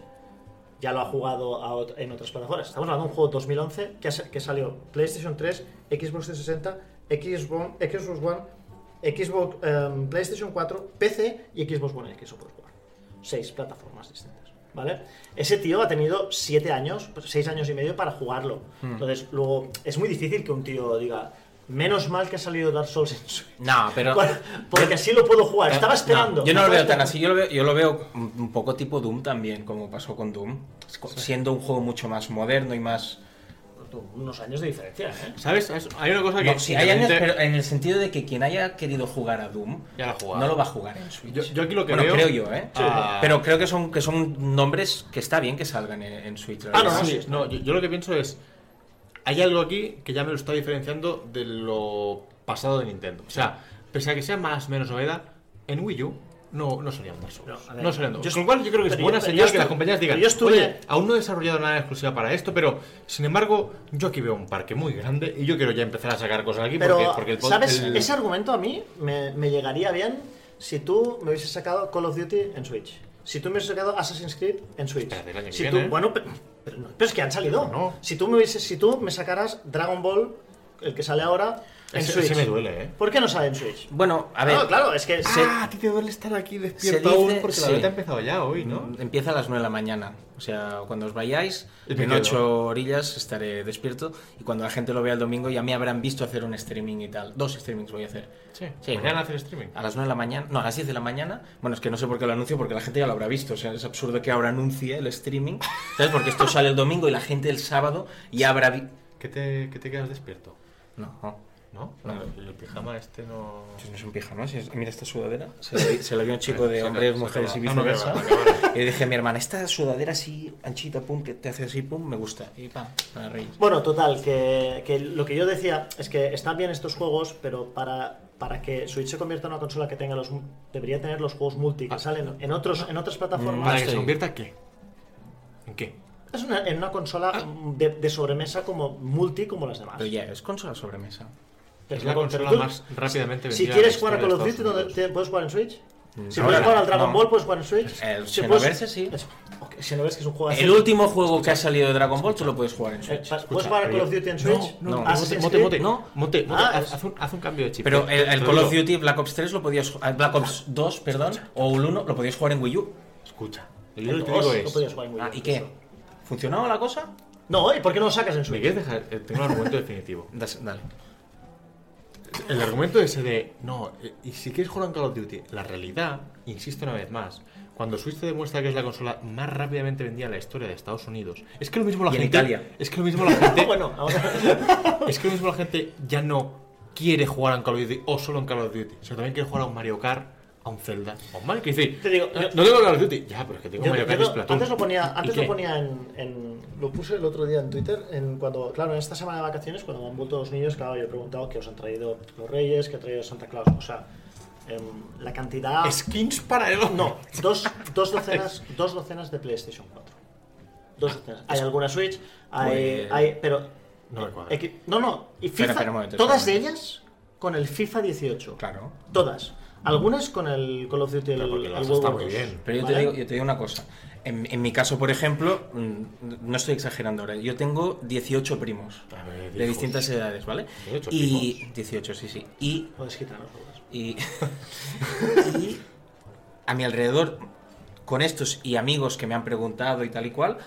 [SPEAKER 3] ya lo ha jugado a ot- en otras plataformas. Estamos hablando de un juego 2011 que, ha sa- que salió PlayStation 3, Xbox 360, Xbox, Xbox One, Xbox, em, PlayStation 4, PC y Xbox One X, se puede jugar. seis plataformas distintas. ¿Vale? Ese tío ha tenido siete años, pues, seis años y medio para jugarlo.
[SPEAKER 1] Hmm.
[SPEAKER 3] Entonces, luego, es muy difícil que un tío diga, menos mal que ha salido Dark Souls en Switch.
[SPEAKER 1] No, pero.
[SPEAKER 3] *laughs* Porque así lo puedo jugar. Estaba
[SPEAKER 1] No,
[SPEAKER 3] esperando.
[SPEAKER 1] yo no lo veo
[SPEAKER 3] Estaba
[SPEAKER 1] tan
[SPEAKER 3] esperando.
[SPEAKER 1] así, yo lo veo, yo lo veo un un poco tipo Doom también, como pasó con Doom. Siendo un juego mucho más moderno y más.
[SPEAKER 3] Tú, Unos años de diferencia, ¿eh?
[SPEAKER 2] ¿Sabes? Es- Hay una cosa que.
[SPEAKER 1] No, sí, hay años,
[SPEAKER 2] sinceramente,
[SPEAKER 1] pero en el sentido de que quien haya querido jugar a Doom
[SPEAKER 2] Ya lo ha jugado.
[SPEAKER 1] no lo va a jugar en Switch.
[SPEAKER 2] Yo- yo aquí lo que
[SPEAKER 1] Bueno,
[SPEAKER 2] veo-
[SPEAKER 1] creo yo, ¿eh?
[SPEAKER 2] Ah.
[SPEAKER 1] Pero creo que son, que son nombres que está bien que salgan en, en Switch. la
[SPEAKER 3] Ah,
[SPEAKER 1] verdad.
[SPEAKER 3] no,
[SPEAKER 2] sí,
[SPEAKER 3] sí.
[SPEAKER 2] no, yo, yo lo que pienso es. Hay algo aquí que ya me lo está diferenciando de lo pasado de Nintendo. O sea, pese a que sea más o menos novedad, en Wii U no, no salían Dark Souls.
[SPEAKER 3] No,
[SPEAKER 2] No,
[SPEAKER 3] a ver,
[SPEAKER 2] salían Dark
[SPEAKER 3] yo
[SPEAKER 2] Souls. Con lo cual, yo creo que es
[SPEAKER 3] pero
[SPEAKER 2] buena
[SPEAKER 3] yo-
[SPEAKER 2] señal
[SPEAKER 3] pero yo
[SPEAKER 2] que
[SPEAKER 3] estuve-
[SPEAKER 2] las compañías digan:
[SPEAKER 3] pero yo estuve-
[SPEAKER 2] Oye, aún no he desarrollado nada exclusiva para esto, pero sin embargo, yo aquí veo un parque muy grande y yo quiero ya empezar a sacar cosas aquí
[SPEAKER 3] Pero,
[SPEAKER 2] porque, porque el pod-
[SPEAKER 3] ¿sabes?
[SPEAKER 2] el-
[SPEAKER 3] Ese argumento a mí me, me llegaría bien si tú me hubieses sacado Call of Duty en Switch. Si tú me hubieses sacado Assassin's Creed en Switch.
[SPEAKER 2] Espérate, el año que
[SPEAKER 3] si
[SPEAKER 2] viene,
[SPEAKER 3] tú-
[SPEAKER 2] ¿eh?
[SPEAKER 3] Bueno, pe- pero, no, pero es que han salido.
[SPEAKER 2] Pero no.
[SPEAKER 3] Si, tú me hubieses, si tú me sacaras Dragon Ball, el que sale ahora, en
[SPEAKER 2] Ese-
[SPEAKER 3] Switch.
[SPEAKER 2] ese me duele, ¿eh?
[SPEAKER 3] ¿Por qué no sale en Switch?
[SPEAKER 1] Bueno, a ver.
[SPEAKER 3] No, claro, es que... se-
[SPEAKER 2] Ah, a ti te duele estar aquí
[SPEAKER 1] Se
[SPEAKER 2] despierto
[SPEAKER 1] dice-
[SPEAKER 2] aún porque la
[SPEAKER 1] sí.
[SPEAKER 2] beta ha empezado ya hoy,
[SPEAKER 3] Mm,
[SPEAKER 2] ¿no?
[SPEAKER 1] Empieza a las 9 de la mañana. O sea, cuando os vayáis,
[SPEAKER 2] Y me
[SPEAKER 1] en
[SPEAKER 2] quedo.
[SPEAKER 1] 8 orillas estaré despierto. Y cuando la gente lo vea el domingo, ya me habrán visto hacer un streaming y tal. Dos streamings voy a hacer.
[SPEAKER 2] Sí.
[SPEAKER 1] Sí,
[SPEAKER 2] Mañana
[SPEAKER 1] bueno.
[SPEAKER 2] hacer streaming.
[SPEAKER 1] A las 9 de la mañana, no, a las 10 de la mañana. Bueno, es que no sé por qué lo anuncio porque la gente ya lo habrá visto. O sea, es absurdo que ahora anuncie el streaming, ¿sabes? Porque esto sale el domingo y la gente el sábado ya habrá. vi-
[SPEAKER 2] ¿Qué te, qué te quedas despierto?
[SPEAKER 1] No, no.
[SPEAKER 2] ¿No?
[SPEAKER 1] No.
[SPEAKER 2] El, el pijama este no.
[SPEAKER 1] Pues no es un pijama, si es- mira esta sudadera. Se la, vi- se la vio un chico de
[SPEAKER 2] Se
[SPEAKER 1] hombres,
[SPEAKER 2] acaba-
[SPEAKER 1] mujeres
[SPEAKER 2] se
[SPEAKER 1] y
[SPEAKER 2] acaba.
[SPEAKER 1] viceversa.
[SPEAKER 2] Ah, no, que va, que va.
[SPEAKER 1] Y dije a mi hermana, esta sudadera así, anchita, pum, que te hace así, pum, me gusta. Y pam, para reír.
[SPEAKER 3] Bueno, total, que, que lo que yo decía es que están bien estos juegos, pero para, para que Switch se convierta en una consola que tenga los mu- debería tener los juegos multi que salen en otros en otras plataformas.
[SPEAKER 2] Ah. ¿Para que se
[SPEAKER 1] sí.
[SPEAKER 2] convierta qué? ¿En qué?
[SPEAKER 3] Es una, en una consola de, de sobremesa como multi como las demás.
[SPEAKER 1] Pero ya, es consola sobremesa.
[SPEAKER 3] Pero
[SPEAKER 2] Es la
[SPEAKER 3] tú-
[SPEAKER 2] consola
[SPEAKER 3] pero tú-
[SPEAKER 2] más rápidamente
[SPEAKER 3] Si
[SPEAKER 2] vendida.
[SPEAKER 3] quieres
[SPEAKER 2] en
[SPEAKER 3] jugar a
[SPEAKER 2] la
[SPEAKER 3] Call of
[SPEAKER 2] historia de Estados
[SPEAKER 3] Duty, ¿no
[SPEAKER 2] Unidos.
[SPEAKER 3] te- ¿puedes jugar en Switch? Si
[SPEAKER 1] No,
[SPEAKER 3] puedes jugar al
[SPEAKER 1] no.
[SPEAKER 3] Dragon Ball, puedes jugar en Switch.
[SPEAKER 1] El
[SPEAKER 3] Si
[SPEAKER 1] Xenoverse,
[SPEAKER 3] puedes-
[SPEAKER 1] sí.
[SPEAKER 3] es- ok, Xenoverse que es un juego así.
[SPEAKER 1] El último juego que ha salido de Dragon Ball, tú lo puedes jugar en
[SPEAKER 3] Eh,
[SPEAKER 1] Switch.
[SPEAKER 3] pa- ¿Puedes jugar a Call of Duty en Switch?
[SPEAKER 1] no, no.
[SPEAKER 2] Mote,
[SPEAKER 3] Assassin's
[SPEAKER 2] mote,
[SPEAKER 3] Creed.
[SPEAKER 2] mote,
[SPEAKER 1] No.
[SPEAKER 2] mote, mote,
[SPEAKER 3] Ah,
[SPEAKER 2] haz, haz un, haz un cambio de chip.
[SPEAKER 1] Pero
[SPEAKER 2] Te-
[SPEAKER 1] el,
[SPEAKER 2] te
[SPEAKER 1] el
[SPEAKER 2] lo
[SPEAKER 1] Call of
[SPEAKER 2] digo.
[SPEAKER 1] Duty Black Ops 3 lo podías ju- eh, Black Ops 2, perdón, o el 1 lo podías jugar en Wii U.
[SPEAKER 2] Escucha.
[SPEAKER 3] El
[SPEAKER 2] Yo lo que te
[SPEAKER 3] dos,
[SPEAKER 2] digo
[SPEAKER 3] no
[SPEAKER 2] es.
[SPEAKER 3] podías jugar en Wii
[SPEAKER 1] Ah,
[SPEAKER 3] U.
[SPEAKER 1] ¿Y qué? ¿Funcionaba la cosa?
[SPEAKER 3] No, ¿y por qué no lo sacas en
[SPEAKER 2] ¿Me
[SPEAKER 3] Switch?
[SPEAKER 2] quieres dejar? eh, Tengo un argumento definitivo.
[SPEAKER 1] Das- Dale.
[SPEAKER 2] El argumento ese de, no, eh, y si quieres jugar en Call of Duty, la realidad, insisto una vez más, cuando Switch te demuestra que es la consola más rápidamente vendida en la historia de Estados Unidos, es que lo mismo la
[SPEAKER 1] Y en
[SPEAKER 2] gente.
[SPEAKER 1] Italia.
[SPEAKER 2] Es que lo mismo la gente.
[SPEAKER 3] Bueno, ahora.
[SPEAKER 2] es que lo mismo la gente ya no quiere jugar en Call of Duty o solo en Call of Duty, sino también quiere jugar a un Mario Kart, a un Zelda, a un Mario. Que dice,
[SPEAKER 3] Te digo,
[SPEAKER 2] "Eh,
[SPEAKER 3] yo-
[SPEAKER 2] no tengo Call of Duty. Ya, pero es que tengo
[SPEAKER 3] Yo-
[SPEAKER 2] Mario
[SPEAKER 3] yo
[SPEAKER 2] Kart y
[SPEAKER 3] lo-
[SPEAKER 2] Splatoon.
[SPEAKER 3] antes lo ponía,
[SPEAKER 2] ¿Y
[SPEAKER 3] antes
[SPEAKER 2] qué?
[SPEAKER 3] lo ponía en, en- Lo puse el otro día en Twitter, en cuando, claro, en esta semana de vacaciones, cuando me han vuelto los niños, claro, yo he preguntado qué os han traído los Reyes, qué ha traído Santa Claus. O sea, em, la cantidad.
[SPEAKER 2] Skins para el
[SPEAKER 3] No, dos, dos docenas, dos docenas de PlayStation 4. Dos docenas. Hay alguna Switch, hay.
[SPEAKER 1] Muy-
[SPEAKER 3] hay pero.
[SPEAKER 2] No me cuadra.
[SPEAKER 3] equi- No, no, y
[SPEAKER 1] Pues,
[SPEAKER 3] FIFA.
[SPEAKER 1] Espera, espera un momento,
[SPEAKER 3] todas
[SPEAKER 1] espera un
[SPEAKER 3] ellas con el FIFA 18.
[SPEAKER 1] Claro.
[SPEAKER 3] Todas. Algunas con el Call of Duty, el,
[SPEAKER 2] Pero porque
[SPEAKER 3] el
[SPEAKER 2] las
[SPEAKER 3] World
[SPEAKER 2] está
[SPEAKER 3] War
[SPEAKER 2] muy
[SPEAKER 3] II,
[SPEAKER 2] bien.
[SPEAKER 1] Pero yo,
[SPEAKER 3] ¿vale?
[SPEAKER 1] te digo, yo te digo una cosa. En, en mi caso, por ejemplo, mm, no estoy exagerando ahora, yo tengo 18 primos
[SPEAKER 2] A ver,
[SPEAKER 1] de
[SPEAKER 2] hijos.
[SPEAKER 1] distintas edades, ¿vale?
[SPEAKER 2] 18
[SPEAKER 1] y 18, sí, sí. Y,
[SPEAKER 3] Puedes quitar los juegos.
[SPEAKER 1] y, *laughs* y a mi alrededor, con estos y amigos que me han preguntado y tal y cual,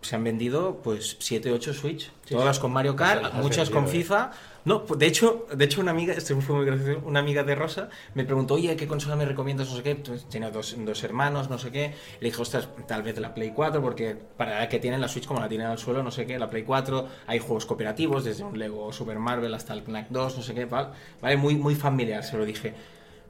[SPEAKER 1] se han vendido pues 7, 8 Switch, todas con Mario Kart,
[SPEAKER 2] Las has
[SPEAKER 1] muchas con
[SPEAKER 2] vendido, eh.
[SPEAKER 1] FIFA. No, pues, de hecho, de hecho una amiga, esto fue muy gracioso, una amiga de Rosa me preguntó, oye, ¿qué consola me recomiendas? No sé qué, Pues, tiene dos, dos hermanos, no sé qué. Le dije, ostras, tal vez la Play 4, porque para la edad que tienen la Switch como la tienen al suelo, no sé qué, la Play 4, hay juegos cooperativos, desde un Lego Super Marvel hasta el Knack 2, no sé qué, tal. Vale, muy, muy familiar, se lo dije.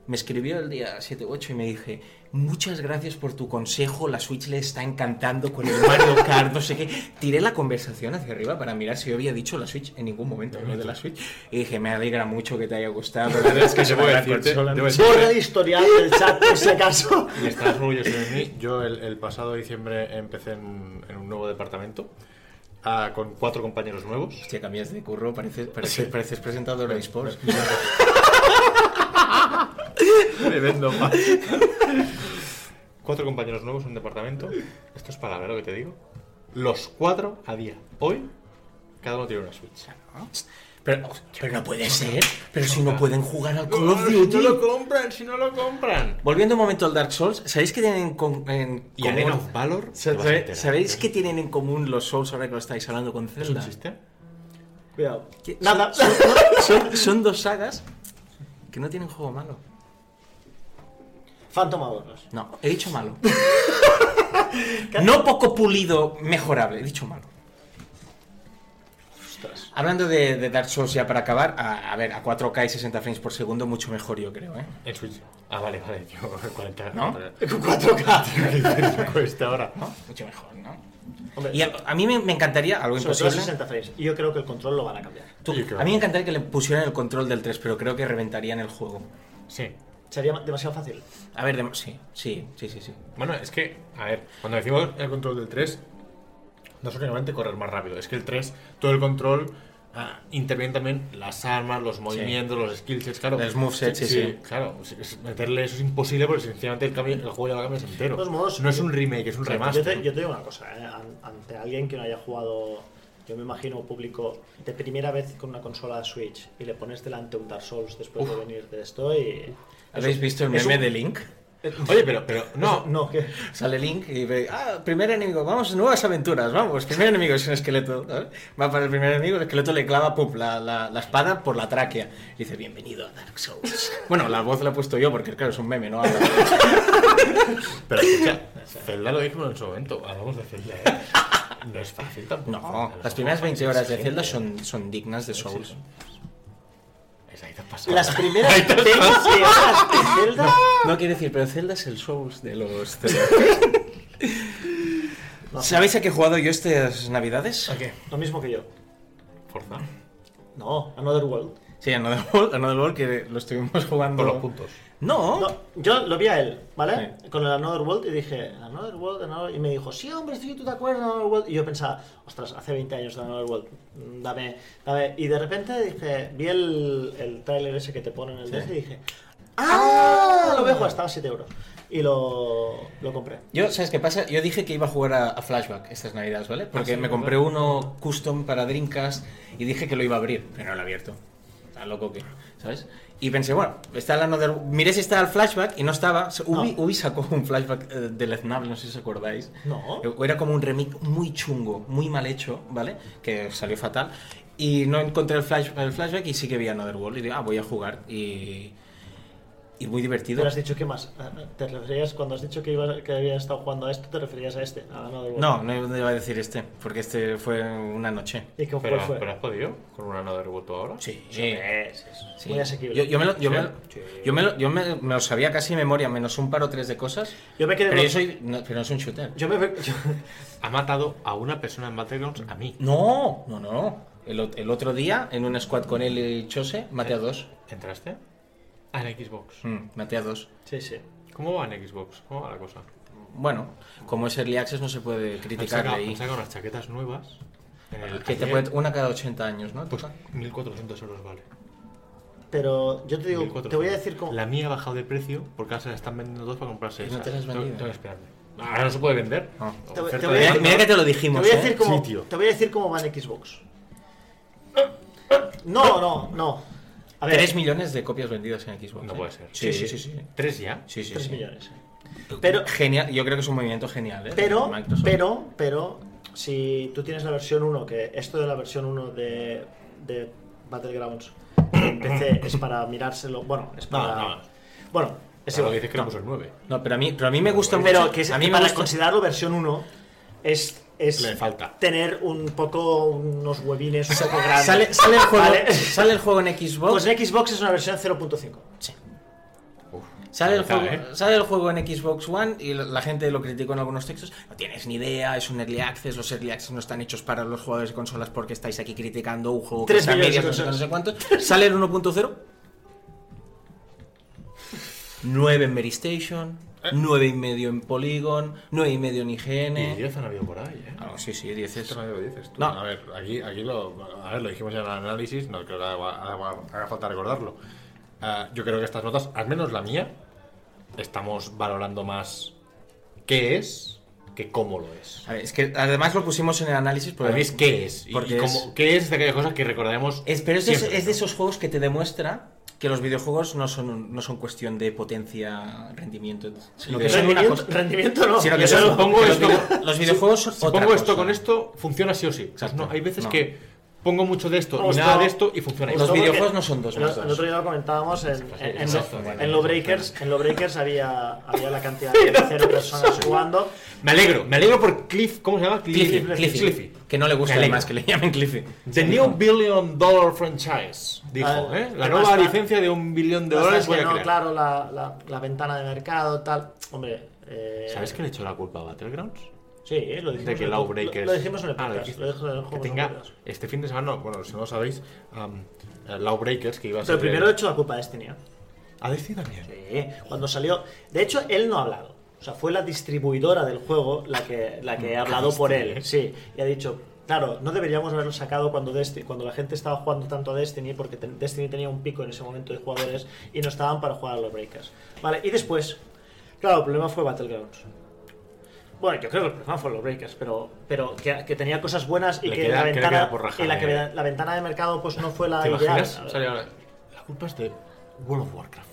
[SPEAKER 1] Me escribió el día 7-8 y me dije, muchas gracias por tu consejo, la Switch le está encantando con el Mario Kart, no sé qué. Tiré la conversación hacia arriba para mirar si yo había dicho la Switch en ningún momento, lo de la Switch. Y dije, me alegra mucho que te haya gustado. la verdad es
[SPEAKER 2] *laughs*
[SPEAKER 1] que es
[SPEAKER 2] Debo
[SPEAKER 1] una gran
[SPEAKER 2] decirte-
[SPEAKER 1] consola".
[SPEAKER 2] debo decirte-
[SPEAKER 3] Borra el historial del chat por si acaso.
[SPEAKER 1] *laughs*
[SPEAKER 2] Y estás orgulloso de mí. *laughs* Yo el, el pasado diciembre empecé en, en un nuevo departamento ah, con cuatro compañeros nuevos.
[SPEAKER 1] Hostia, cambias de curro, pareces, pareces, pareces presentador de eSports.
[SPEAKER 2] Me vendo más. *laughs* cuatro compañeros nuevos en un departamento. Esto es palabra lo que te digo. Los cuatro a día. Hoy, cada uno tiene una Switch.
[SPEAKER 1] Pero, pero no puede ser. Pero si no pueden jugar al Call of
[SPEAKER 2] si no
[SPEAKER 1] Duty.
[SPEAKER 2] lo compran, si no lo compran.
[SPEAKER 1] Volviendo un momento al Dark Souls, ¿sabéis que tienen en, con- en
[SPEAKER 2] Y Arena
[SPEAKER 1] común?
[SPEAKER 2] of Valor.
[SPEAKER 1] Sa-
[SPEAKER 2] te vas a
[SPEAKER 1] sabe-
[SPEAKER 2] enterar.
[SPEAKER 1] ¿Sabéis qué tienen en común los Souls ahora que lo estáis hablando con
[SPEAKER 2] ¿Eso
[SPEAKER 1] Zelda?
[SPEAKER 2] existe?
[SPEAKER 3] Cuidado.
[SPEAKER 1] Que son-
[SPEAKER 3] Nada.
[SPEAKER 1] Son, son dos sagas que no tienen juego malo.
[SPEAKER 3] *laughs* Phantom Hourglass.
[SPEAKER 1] No, he dicho
[SPEAKER 2] *laughs*
[SPEAKER 1] malo. No poco pulido, mejorable, he dicho malo.
[SPEAKER 3] Ostras.
[SPEAKER 1] Hablando de, de Dark Souls ya para acabar, a, a ver, a 4K y 60 frames por segundo, mucho mejor yo creo, ¿eh?
[SPEAKER 2] En Switch. Ah, vale, vale. Yo, *laughs* 40.
[SPEAKER 1] ¿No?
[SPEAKER 2] *laughs*
[SPEAKER 1] *laughs*
[SPEAKER 3] 4K.
[SPEAKER 2] cuesta ahora.
[SPEAKER 1] ¿No? Mucho mejor, ¿no?
[SPEAKER 3] Hombre,
[SPEAKER 1] Y a, a mí me, me encantaría, algo
[SPEAKER 3] sobre todo
[SPEAKER 1] imposible,
[SPEAKER 3] 60 frames. Y yo creo que el control lo van a cambiar.
[SPEAKER 1] tú-
[SPEAKER 2] Yo creo
[SPEAKER 1] a mí
[SPEAKER 2] que-
[SPEAKER 1] me encantaría que le pusieran el control del 3, pero creo que reventarían el juego.
[SPEAKER 2] Sí.
[SPEAKER 3] Sería demasiado fácil.
[SPEAKER 1] A ver, de- sí, sí, sí, sí, sí.
[SPEAKER 2] Bueno, es que, a ver, cuando decimos el control del 3, no es únicamente correr más rápido, es que el 3, todo el control ah, interviene también las armas, los movimientos, los skillsets, claro.
[SPEAKER 1] Los movesets, sí, sí.
[SPEAKER 2] Claro, es- es- meterle eso es imposible porque sencillamente el, cambio- el juego ya lo cambias entero.
[SPEAKER 3] De todos modos,
[SPEAKER 2] no es
[SPEAKER 3] yo-
[SPEAKER 2] un remake, es un
[SPEAKER 3] Yo
[SPEAKER 2] remaster.
[SPEAKER 3] te, yo te digo una cosa, eh, an- ante alguien que no haya jugado, yo me imagino público de primera vez con una consola Switch y le pones delante un Dark Souls después de venir de esto y...
[SPEAKER 1] ¿Habéis
[SPEAKER 3] es-
[SPEAKER 1] visto el
[SPEAKER 3] es
[SPEAKER 1] meme
[SPEAKER 3] un-
[SPEAKER 1] de Link?
[SPEAKER 2] Oye, pero,
[SPEAKER 1] *laughs*
[SPEAKER 2] pero no,
[SPEAKER 3] No, que...
[SPEAKER 1] Sale Link y ve, ah, primer enemigo, vamos, nuevas aventuras, vamos, primer enemigo es un esqueleto. ¿sabes? Va para el primer enemigo, el esqueleto le clava, pum, la, la- la espada por la tráquea. Y dice, bienvenido a Dark Souls. Bueno, la voz la he puesto yo porque, claro, es un meme, ¿no? habla. *laughs*
[SPEAKER 2] pero escucha, Zelda lo dijimos en su momento, hablamos de Zelda, ¿eh? No es fácil tampoco.
[SPEAKER 1] No,
[SPEAKER 2] Zelda,
[SPEAKER 1] las
[SPEAKER 2] es
[SPEAKER 1] primeras
[SPEAKER 2] un
[SPEAKER 1] 20
[SPEAKER 2] juego
[SPEAKER 1] horas de Zelda
[SPEAKER 2] exigente.
[SPEAKER 1] son, son dignas de Souls.
[SPEAKER 2] Es ahí te has pasado.
[SPEAKER 3] Las primeras 20 horas de Zelda...
[SPEAKER 1] *laughs* No quiere decir, pero Zelda es el Souls de los... *laughs*
[SPEAKER 3] No,
[SPEAKER 1] ¿Sabéis a qué he jugado yo estas navidades?
[SPEAKER 2] ¿A qué?
[SPEAKER 3] Lo mismo que yo.
[SPEAKER 2] Forza.
[SPEAKER 3] No, Another World.
[SPEAKER 1] Sí, Another World, Another World, que lo estuvimos jugando...
[SPEAKER 2] Por los puntos.
[SPEAKER 1] No,
[SPEAKER 3] No, yo lo vi a él, ¿vale? Con el Another World y dije, Another World, Another... Y me dijo, sí, hombre, sí, tú te acuerdas de Another World. Y yo pensaba, ostras, hace 20 años de Another World, mm, dame, dame. Y de repente dije, vi el, el tráiler ese que te ponen en el DS y dije, ¡ah! Lo voy a jugar, estaba a 7 euros. Y lo, lo compré.
[SPEAKER 1] Yo, ¿sabes qué pasa? Yo dije que iba a jugar a, a Flashback estas navidades, ¿vale?
[SPEAKER 3] Ah,
[SPEAKER 1] Porque
[SPEAKER 2] sí,
[SPEAKER 1] me
[SPEAKER 2] ¿verdad?
[SPEAKER 1] compré uno custom para Dreamcast y dije que lo iba a abrir, pero no lo he abierto. Está loco que, ¿sabes? Y pensé, bueno, está el Another... Miré si está el Flashback y no estaba. Se- Ubi,
[SPEAKER 3] No.
[SPEAKER 1] Ubi sacó un Flashback eh, deleznable, no sé si os acordáis.
[SPEAKER 3] No.
[SPEAKER 1] Era como un remix muy chungo, muy mal hecho, ¿vale? Que salió fatal. Y no encontré el, flash- el Flashback y sí que vi Another World y dije, ah, voy a jugar y... Y muy divertido.
[SPEAKER 3] Pero has dicho, ¿qué más? Ah, ¿Te referías, cuando has dicho que, iba, que había estado jugando a esto, te referías a este, a Another World?
[SPEAKER 1] No, no iba a decir este, porque este fue una noche.
[SPEAKER 3] ¿Y qué cuál
[SPEAKER 2] Pero,
[SPEAKER 3] fue? Pues
[SPEAKER 2] pero has podido con un ano de reboto ahora.
[SPEAKER 1] Sí, eh, sí.
[SPEAKER 3] Muy asequible.
[SPEAKER 1] Yo, yo me lo, yo,
[SPEAKER 2] Sí.
[SPEAKER 1] me, lo- yo, me, lo, yo me- me lo sabía casi de memoria, menos un par o tres de cosas.
[SPEAKER 3] Yo me quedé
[SPEAKER 1] Pero
[SPEAKER 3] con-
[SPEAKER 1] yo soy. No, pero no es un shooter.
[SPEAKER 3] Yo me... *laughs* yo-
[SPEAKER 2] Ha matado a una persona en Battlegrounds a mí.
[SPEAKER 1] No, no, no. El, ot- el otro día, en un squad con él y Chose, maté a dos.
[SPEAKER 2] ¿Entraste? A la Xbox.
[SPEAKER 1] Mm, maté a dos.
[SPEAKER 3] Sí, sí.
[SPEAKER 2] ¿Cómo va en Xbox? ¿Cómo va la cosa?
[SPEAKER 1] Bueno, como es Early Access, no se puede
[SPEAKER 2] Han
[SPEAKER 1] criticarle
[SPEAKER 2] sacado, han
[SPEAKER 1] ahí.
[SPEAKER 2] sacado unas chaquetas nuevas. en el
[SPEAKER 1] Que te
[SPEAKER 2] ayer,
[SPEAKER 1] puede, una cada 80 años, ¿no?
[SPEAKER 2] Pues 1.400 euros vale.
[SPEAKER 3] Pero yo te digo,
[SPEAKER 2] 1.400.
[SPEAKER 3] te voy a decir cómo...
[SPEAKER 2] La mía ha bajado de precio porque ahora se la están vendiendo dos para comprarse
[SPEAKER 1] Y no
[SPEAKER 2] esa.
[SPEAKER 1] te las has
[SPEAKER 2] Tengo-
[SPEAKER 1] vendido. Ah.
[SPEAKER 2] tengo que esperarme. Ahora no se puede vender.
[SPEAKER 1] No.
[SPEAKER 3] Te voy-
[SPEAKER 2] Oferta
[SPEAKER 3] te
[SPEAKER 2] de-
[SPEAKER 3] voy a-
[SPEAKER 1] mira, mira que te lo dijimos.
[SPEAKER 3] Te voy a
[SPEAKER 1] ¿eh?
[SPEAKER 3] decir cómo,
[SPEAKER 2] Sí, tío.
[SPEAKER 3] te voy a decir cómo va en Xbox. No, no, no. A ver,
[SPEAKER 1] 3 millones de copias vendidas en Xbox.
[SPEAKER 2] No
[SPEAKER 1] ¿eh?
[SPEAKER 2] puede ser.
[SPEAKER 1] Sí, sí, sí. sí.
[SPEAKER 2] ¿Tres ya?
[SPEAKER 1] Sí, sí,
[SPEAKER 3] tres
[SPEAKER 1] sí.
[SPEAKER 3] millones. Pero,
[SPEAKER 1] Genial, yo creo que es un movimiento genial, ¿eh?
[SPEAKER 3] pero,
[SPEAKER 1] de Microsoft.
[SPEAKER 3] pero, pero, si tú tienes la versión 1, que esto de la versión 1 de, de Battlegrounds en PC es para mirárselo. Bueno, es para.
[SPEAKER 2] No, no.
[SPEAKER 3] Bueno, es
[SPEAKER 2] Eso
[SPEAKER 3] igual.
[SPEAKER 2] que dices que le puso el 9.
[SPEAKER 1] No, pero a mí, pero a mí me gusta mucho.
[SPEAKER 3] Pero que, es,
[SPEAKER 1] a
[SPEAKER 3] que
[SPEAKER 1] mí me
[SPEAKER 3] para
[SPEAKER 1] gusta-
[SPEAKER 3] considerarlo versión 1 es, es
[SPEAKER 2] Le falta.
[SPEAKER 3] tener un poco unos huevines un poco grandes.
[SPEAKER 1] Sale, sale el juego,
[SPEAKER 3] *laughs* ¿Vale?
[SPEAKER 1] sale el juego en Xbox.
[SPEAKER 3] Pues en Xbox es una versión 0.5.
[SPEAKER 1] Sí. Sale el, juego,
[SPEAKER 2] ¿eh?
[SPEAKER 1] sale el juego en Xbox One y la- la gente lo criticó en algunos textos. No tienes ni idea, es un early access, los early access no están hechos para los jugadores de consolas porque estáis aquí criticando un juego que
[SPEAKER 3] Tres
[SPEAKER 1] está en
[SPEAKER 3] millones de
[SPEAKER 1] medias, no sé, qué, no sé
[SPEAKER 3] consolas.
[SPEAKER 1] cuántos. Sale el 1.0. 9 en Mary Station, 9 y medio en Polygon, 9 y medio en
[SPEAKER 2] Y
[SPEAKER 1] IGN.
[SPEAKER 2] 10 han habido por ahí, ¿eh?
[SPEAKER 1] Ah, sí, sí, 10 es.
[SPEAKER 2] Esto no lo dices tú.
[SPEAKER 1] No.
[SPEAKER 2] A ver, aquí, aquí lo, a ver, lo dijimos ya en el análisis, no creo que haga, haga- haga falta recordarlo. Ah, yo creo que estas notas, al menos la mía, estamos valorando más qué es que cómo lo es.
[SPEAKER 4] A ver, es que además lo pusimos en el análisis porque...
[SPEAKER 2] ¿Sabéis qué es? Y,
[SPEAKER 4] Porque
[SPEAKER 2] y
[SPEAKER 4] es-
[SPEAKER 2] cómo- ¿Qué es de aquella cosa que recordaremos?
[SPEAKER 4] Es, pero es, es-
[SPEAKER 2] siempre,
[SPEAKER 4] es de
[SPEAKER 2] ¿no?
[SPEAKER 4] esos juegos que te demuestra que los videojuegos no son, un- no son cuestión de potencia, rendimiento, sino que son una
[SPEAKER 3] Rendimiento,
[SPEAKER 4] cosa...
[SPEAKER 3] rendimiento no.
[SPEAKER 4] sino que
[SPEAKER 2] Yo
[SPEAKER 4] son-
[SPEAKER 2] supongo
[SPEAKER 4] que los,
[SPEAKER 2] esto-
[SPEAKER 4] vide- los videojuegos son
[SPEAKER 2] Si
[SPEAKER 4] otra
[SPEAKER 2] pongo esto
[SPEAKER 4] cosa.
[SPEAKER 2] con esto, funciona sí o sí. O sea, no, hay veces
[SPEAKER 4] no.
[SPEAKER 2] que pongo mucho de esto
[SPEAKER 3] Os
[SPEAKER 2] y nada
[SPEAKER 3] to-
[SPEAKER 2] de esto y funciona.
[SPEAKER 4] Los
[SPEAKER 3] Os to-
[SPEAKER 4] videojuegos
[SPEAKER 3] que-
[SPEAKER 4] no son dos
[SPEAKER 3] El,
[SPEAKER 4] más dos.
[SPEAKER 3] el otro día lo comentábamos en, en, en,
[SPEAKER 2] Exacto,
[SPEAKER 3] en
[SPEAKER 2] vale.
[SPEAKER 3] los breakers. En los breakers había, había la cantidad de cero personas jugando.
[SPEAKER 2] Me alegro, me alegro por Cliff, ¿cómo se llama?
[SPEAKER 4] Cliffy,
[SPEAKER 3] Cliffy,
[SPEAKER 4] Cliffy,
[SPEAKER 2] Cliffy.
[SPEAKER 4] Que no le gusta
[SPEAKER 2] Me alegro.
[SPEAKER 4] además que le llamen Cliffy.
[SPEAKER 2] The New Billion Dollar Franchise, dijo,
[SPEAKER 3] Ah,
[SPEAKER 2] ¿eh? La
[SPEAKER 3] que
[SPEAKER 2] nueva
[SPEAKER 3] basta-
[SPEAKER 2] licencia de un billón de dólares voy a
[SPEAKER 3] Bueno,
[SPEAKER 2] crear.
[SPEAKER 3] claro, la, la, la ventana de mercado, tal. Hombre. Eh,
[SPEAKER 2] ¿Sabes que le echó la culpa a Battlegrounds?
[SPEAKER 3] Sí, eh, lo dijimos.
[SPEAKER 2] De que
[SPEAKER 3] en el-
[SPEAKER 2] Lawbreakers...
[SPEAKER 3] Lo, lo dijimos en el
[SPEAKER 2] Ah, lo
[SPEAKER 3] podcast.
[SPEAKER 2] dijiste.
[SPEAKER 3] lo dijimos en el
[SPEAKER 2] Que
[SPEAKER 3] juego, no
[SPEAKER 2] tenga
[SPEAKER 3] me acuerdo.
[SPEAKER 2] este fin de semana, no, bueno, si no lo sabéis, um, eh, Lawbreakers, que iba a ser...
[SPEAKER 3] Pero primero le he hecho la culpa a Destiny. ¿eh?
[SPEAKER 2] A decir también.
[SPEAKER 3] Sí, cuando salió. De hecho, él no ha hablado. O sea, fue la distribuidora del juego la que, la que ha hablado por él. Sí, y ha dicho. Claro, no deberíamos haberlo sacado cuando, Desti- cuando la gente estaba jugando tanto a Destiny, porque ten- Destiny tenía un pico en ese momento de jugadores y no estaban para jugar a los Breakers. Vale, y después, claro, el problema fue Battlegrounds. Bueno, yo creo que el problema fue los Breakers, pero, pero que, que tenía cosas buenas y
[SPEAKER 2] Le
[SPEAKER 3] que
[SPEAKER 2] queda-
[SPEAKER 3] la,
[SPEAKER 2] que le
[SPEAKER 3] ventana,
[SPEAKER 2] queda por rajar,
[SPEAKER 3] y la, que
[SPEAKER 2] eh.
[SPEAKER 3] ve- la ventana de mercado pues no fue la Eh,
[SPEAKER 2] ¿Te
[SPEAKER 3] ideal.
[SPEAKER 2] imaginas? Sale ahora, La culpa es de World of Warcraft.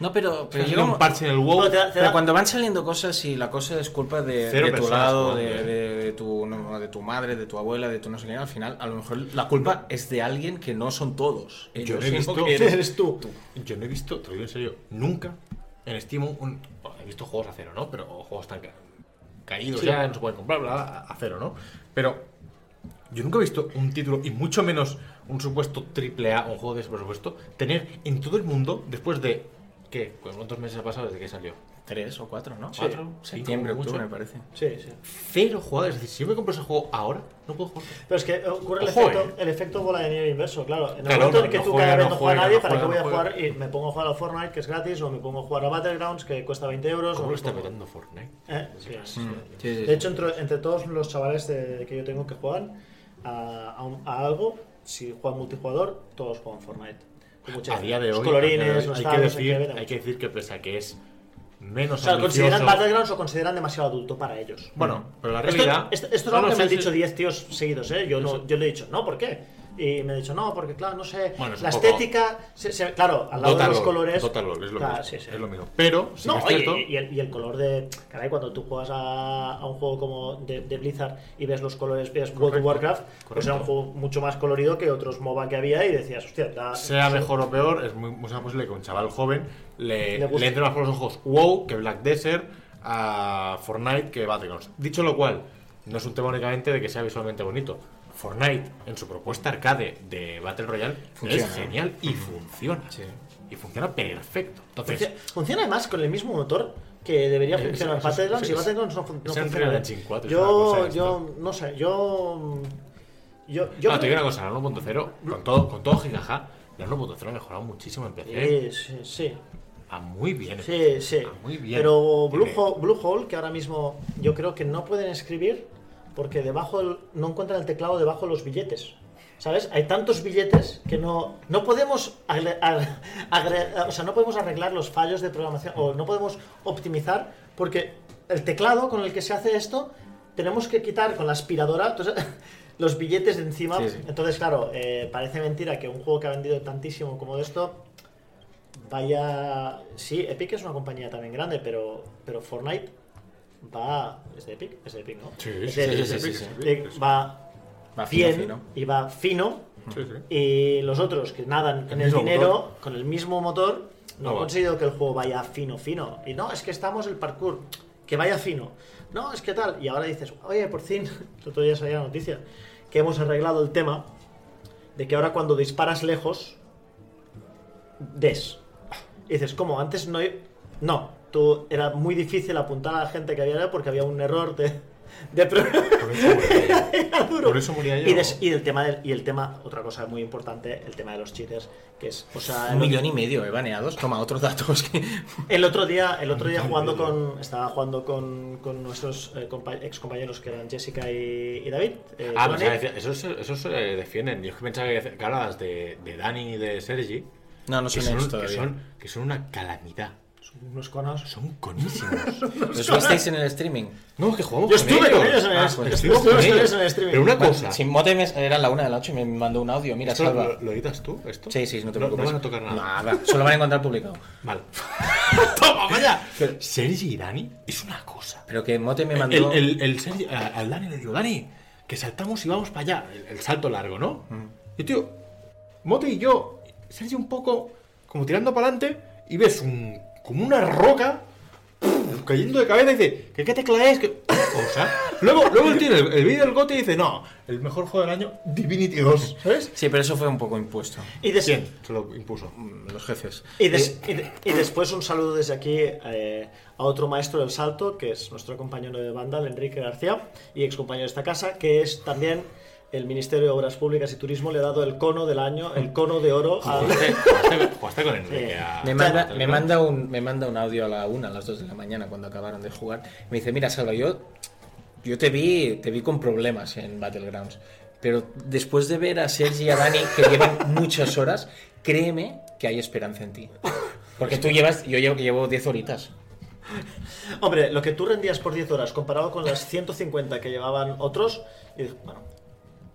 [SPEAKER 4] No, pero, pero
[SPEAKER 2] Pero
[SPEAKER 4] llega
[SPEAKER 2] un
[SPEAKER 4] un-
[SPEAKER 2] parche en el WoW.
[SPEAKER 3] No, te da- te
[SPEAKER 4] Pero
[SPEAKER 3] da-
[SPEAKER 4] cuando van saliendo cosas y la cosa es culpa de,
[SPEAKER 2] Cero
[SPEAKER 4] de tu
[SPEAKER 2] personas
[SPEAKER 4] lado, de,
[SPEAKER 2] jugando,
[SPEAKER 4] de- de tu, no, de tu madre, de tu abuela, de tu no sé qué, al final a lo mejor la culpa es de alguien que no son todos. Eh,
[SPEAKER 2] Yo
[SPEAKER 4] lo
[SPEAKER 2] he
[SPEAKER 4] siento
[SPEAKER 2] visto- *laughs*
[SPEAKER 4] que
[SPEAKER 3] Eres tú.
[SPEAKER 2] Yo no he visto, te lo digo en serio, nunca en Steam un. bueno, he visto juegos a cero, ¿no? Pero o juegos tan ca- caídos
[SPEAKER 3] Sí.
[SPEAKER 2] ya, no se pueden comprar, bla, bla, a cero, ¿no? Pero yo nunca he visto un título, y mucho menos un supuesto triple A, un juego de ese presupuesto, tener en todo el mundo, después de. ¿Qué? ¿Cuántos meses ha pasado desde que salió?
[SPEAKER 4] Tres o cuatro, ¿no?
[SPEAKER 3] Sí.
[SPEAKER 2] ¿Cuatro?
[SPEAKER 4] Septiembre,
[SPEAKER 2] cinco,
[SPEAKER 4] octubre,
[SPEAKER 2] como
[SPEAKER 4] me
[SPEAKER 2] mucho.
[SPEAKER 4] parece.
[SPEAKER 3] Sí, sí.
[SPEAKER 2] Cero jugadores. Es decir, si yo me compro ese juego ahora, no puedo jugar.
[SPEAKER 3] Pero es que ocurre el,
[SPEAKER 2] Ojo,
[SPEAKER 3] efecto, el efecto bola de nieve inverso, claro. En el
[SPEAKER 2] Claro,
[SPEAKER 3] momento
[SPEAKER 2] no,
[SPEAKER 3] en que
[SPEAKER 2] no
[SPEAKER 3] tú
[SPEAKER 2] juega,
[SPEAKER 3] cada vez
[SPEAKER 2] no
[SPEAKER 3] no juega
[SPEAKER 2] juega,
[SPEAKER 3] nadie,
[SPEAKER 2] no
[SPEAKER 3] ¿para qué voy
[SPEAKER 2] juega,
[SPEAKER 3] a
[SPEAKER 2] no
[SPEAKER 3] jugar? Y me pongo a jugar a Fortnite, que es gratis, o me pongo a jugar a Battlegrounds, que cuesta 20 euros.
[SPEAKER 2] ¿Cómo
[SPEAKER 3] o
[SPEAKER 2] lo
[SPEAKER 3] me
[SPEAKER 2] está
[SPEAKER 3] pongo-
[SPEAKER 2] petando Fortnite?
[SPEAKER 3] Eh, sí, sí.
[SPEAKER 2] Mm.
[SPEAKER 4] Sí, Mm. sí,
[SPEAKER 3] De hecho, entre, entre todos los chavales de- que yo tengo que juegan a, a un- a algo, si juegan multijugador, todos juegan Fortnite. Con mucha
[SPEAKER 2] a día de
[SPEAKER 3] los
[SPEAKER 2] hoy a día de
[SPEAKER 3] colorines,
[SPEAKER 2] hoy,
[SPEAKER 3] los
[SPEAKER 2] hay,
[SPEAKER 3] tal,
[SPEAKER 2] que
[SPEAKER 3] no sé qué,
[SPEAKER 2] decir,
[SPEAKER 3] vete.
[SPEAKER 2] hay que decir que pese a que es menos
[SPEAKER 3] O sea,
[SPEAKER 2] ambicioso,
[SPEAKER 3] ¿consideran Battlegrounds o consideran demasiado adulto para ellos?
[SPEAKER 2] bueno pero la
[SPEAKER 3] Mm. Esto-
[SPEAKER 2] realidad
[SPEAKER 3] Esto, esto es
[SPEAKER 2] No,
[SPEAKER 3] algo
[SPEAKER 2] no,
[SPEAKER 3] que me han
[SPEAKER 2] sí,
[SPEAKER 3] dicho
[SPEAKER 2] sí.
[SPEAKER 3] 10 tíos seguidos, ¿eh? Yo,
[SPEAKER 2] Eso-
[SPEAKER 3] no, yo le he dicho, no, ¿por qué? Y me ha dicho, no, porque claro, no sé.
[SPEAKER 2] Bueno, es
[SPEAKER 3] la
[SPEAKER 2] un poco-
[SPEAKER 3] estética, se- se- claro, al lado
[SPEAKER 2] Dota
[SPEAKER 3] de los
[SPEAKER 2] LOL,
[SPEAKER 3] colores.
[SPEAKER 2] Dota LOL, es lo,
[SPEAKER 3] Claro,
[SPEAKER 2] mismo,
[SPEAKER 3] sí, sí.
[SPEAKER 2] es lo mismo pero sí
[SPEAKER 3] No,
[SPEAKER 2] que es
[SPEAKER 3] oye,
[SPEAKER 2] cierto
[SPEAKER 3] y, y el, y el color de. Caray, cuando tú juegas a, a un juego como de, de Blizzard y ves los colores, ves World of
[SPEAKER 2] Correcto,
[SPEAKER 3] Warcraft, pues era un
[SPEAKER 2] correcto.
[SPEAKER 3] juego mucho más colorido que otros MOBA que había y decías, hostia, da-
[SPEAKER 2] sea mejor o peor es muy, muy posible que un chaval joven le,
[SPEAKER 3] Le guste.
[SPEAKER 2] le entre más por los ojos WoW que Black Desert a Fortnite que Battlegrounds dicho lo cual no es un tema únicamente de que sea visualmente bonito Fortnite en su propuesta arcade de Battle Royale
[SPEAKER 4] Funciona.
[SPEAKER 2] es genial y funciona y funciona perfecto entonces
[SPEAKER 3] Funci- Funciona además con el mismo motor que debería
[SPEAKER 2] Eh,
[SPEAKER 3] funcionar
[SPEAKER 2] eso-
[SPEAKER 3] Battlegrounds
[SPEAKER 2] eso-
[SPEAKER 3] y Battlegrounds no, fun- no
[SPEAKER 2] es un
[SPEAKER 3] funciona. bien.
[SPEAKER 2] 3.4, es una cosa
[SPEAKER 3] Yo,
[SPEAKER 2] esto.
[SPEAKER 3] yo, no sé, yo. Yo, yo
[SPEAKER 2] no, te digo
[SPEAKER 3] creo-
[SPEAKER 2] una cosa, la 1.0, con todo, con todo gigaja, la 1.0 ha mejorado muchísimo en PC.
[SPEAKER 3] Sí, sí, sí.
[SPEAKER 2] Va muy bien. en
[SPEAKER 3] Sí,
[SPEAKER 2] PC,
[SPEAKER 3] sí.
[SPEAKER 2] va muy bien.
[SPEAKER 3] Pero
[SPEAKER 2] Tiene-
[SPEAKER 3] Blue Ho- Blue Hole, que ahora mismo yo creo que no pueden escribir porque debajo del- no encuentran el teclado debajo de los billetes. ¿Sabes? Hay tantos billetes que no, no podemos agre- agre- agre- o sea, no podemos arreglar los fallos de programación o no podemos optimizar porque el teclado con el que se hace esto tenemos que quitar con la aspiradora *laughs* entonces, los billetes de encima.
[SPEAKER 4] Sí, sí.
[SPEAKER 3] Entonces, claro, eh, parece mentira que un juego que ha vendido tantísimo como de esto Vaya. Sí, Epic es una compañía también grande, pero, pero Fortnite va. ¿Es de Epic? Es de Epic, ¿no?
[SPEAKER 2] Sí,
[SPEAKER 3] Es
[SPEAKER 2] sí,
[SPEAKER 3] de
[SPEAKER 2] sí,
[SPEAKER 3] Epic.
[SPEAKER 4] sí, sí,
[SPEAKER 3] Es de
[SPEAKER 4] sí,
[SPEAKER 2] sí.
[SPEAKER 3] Epic. Va
[SPEAKER 4] Va fino,
[SPEAKER 3] bien
[SPEAKER 4] fino.
[SPEAKER 3] y va fino.
[SPEAKER 2] Sí, sí.
[SPEAKER 3] Y los otros que nadan en el
[SPEAKER 2] mismo
[SPEAKER 3] dinero
[SPEAKER 2] motor.
[SPEAKER 3] con el mismo motor no
[SPEAKER 2] Ah,
[SPEAKER 3] han
[SPEAKER 2] va.
[SPEAKER 3] conseguido que el juego vaya fino, fino. Y no, es que estamos el parkour, que vaya fino. No, es que tal. Y ahora dices, oye, por fin, *laughs* el otro día salía la noticia, que hemos arreglado el tema de que ahora cuando disparas lejos, des. Y dices, ¿cómo? Antes no. he- No, tú, era muy difícil apuntar a la gente que había lejos porque había un error de. de pro- *laughs*
[SPEAKER 2] Por eso moría yo.
[SPEAKER 3] era duro.
[SPEAKER 2] Por eso moría yo.
[SPEAKER 3] Y, des- y el tema del- y el tema, otra cosa muy importante, el tema de los cheaters, que es, o sea,
[SPEAKER 4] Un
[SPEAKER 3] el,
[SPEAKER 4] millón y medio, eh, baneados. Toma otros datos que... *laughs*
[SPEAKER 3] el otro día, el otro día jugando con, estaba jugando con, con nuestros eh, ex compañeros que eran Jessica y, y David. eh,
[SPEAKER 2] Ah,
[SPEAKER 3] Johnny.
[SPEAKER 4] pues
[SPEAKER 2] pensaba que decía- esos, esos se defienden. Yo es que pensaba que que hablabas de, de Dani y de Sergi.
[SPEAKER 4] No, no
[SPEAKER 2] que
[SPEAKER 4] son
[SPEAKER 2] son,
[SPEAKER 4] ellos
[SPEAKER 2] que,
[SPEAKER 4] todavía.
[SPEAKER 2] son, que son una calamidad.
[SPEAKER 3] Son unos conos.
[SPEAKER 2] Son
[SPEAKER 3] *laughs*
[SPEAKER 2] conísimos.
[SPEAKER 1] ¿Los visteis en el streaming?
[SPEAKER 2] No, es que jugamos
[SPEAKER 3] Yo estuve con ellos en el-
[SPEAKER 2] Ah, pues
[SPEAKER 3] estuve
[SPEAKER 2] estuvimos
[SPEAKER 3] con
[SPEAKER 2] con
[SPEAKER 3] ellos
[SPEAKER 2] ellos.
[SPEAKER 3] en el streaming.
[SPEAKER 2] Pero una
[SPEAKER 1] Bueno,
[SPEAKER 2] cosa.
[SPEAKER 1] sin mote me- era la una de la noche y me mandó un audio. Mira,
[SPEAKER 2] ¿esto
[SPEAKER 1] salva.
[SPEAKER 2] lo, lo editas tú, esto?
[SPEAKER 1] Sí, sí, no te
[SPEAKER 2] No- no
[SPEAKER 1] preocupes.
[SPEAKER 2] van a tocar nada.
[SPEAKER 1] Solo van a encontrar publicado.
[SPEAKER 3] *laughs*
[SPEAKER 2] Vale. ¡Toma, vaya! Sergi y Dani es una cosa.
[SPEAKER 1] Pero que Mote me
[SPEAKER 2] El,
[SPEAKER 1] mandó.
[SPEAKER 2] el, el Sergi, a- al Dani le digo, Dani, que saltamos y vamos para allá. El, el salto largo, ¿no? Y tío, Mote y yo, Sergi un poco como tirando para adelante y ves un, como una roca ¡pum! cayendo de cabeza y dice, ¿qué, qué tecla es? ¿Qué *laughs* cosa? Luego, luego tiene el, el vídeo del gote y dice, no, el mejor juego del año, Divinity 2. ¿Sabes?
[SPEAKER 1] Sí, pero eso fue un poco impuesto.
[SPEAKER 3] Y, des-
[SPEAKER 2] ¿Quién? Se lo impuso.
[SPEAKER 1] Mm, Los jefes.
[SPEAKER 3] y
[SPEAKER 4] Eh,
[SPEAKER 3] des- y de- y después un saludo desde aquí eh, a otro maestro del salto, que es nuestro compañero de banda, el Enrique García, y ex compañero de esta casa, que es también el Ministerio de Obras Públicas y Turismo, le ha dado el cono del año, el cono de oro
[SPEAKER 2] Eh,
[SPEAKER 3] al.
[SPEAKER 2] Jugaste, jugaste- jugaste con Enrique.
[SPEAKER 3] Eh,
[SPEAKER 2] a-
[SPEAKER 1] Me manda, me, manda un, me manda un audio a la una, a las dos de la mañana, cuando acabaron de jugar. Me dice, mira, Salva, yo, yo te vi te vi con problemas en Battlegrounds. Pero después de ver a Sergi y a Dani, que llevan muchas horas, créeme que hay esperanza en ti. Porque tú llevas, yo llevo, llevo 10 horitas.
[SPEAKER 3] Hombre, lo que tú rendías por 10 horas comparado con las 150 que llevaban otros, y dices, bueno,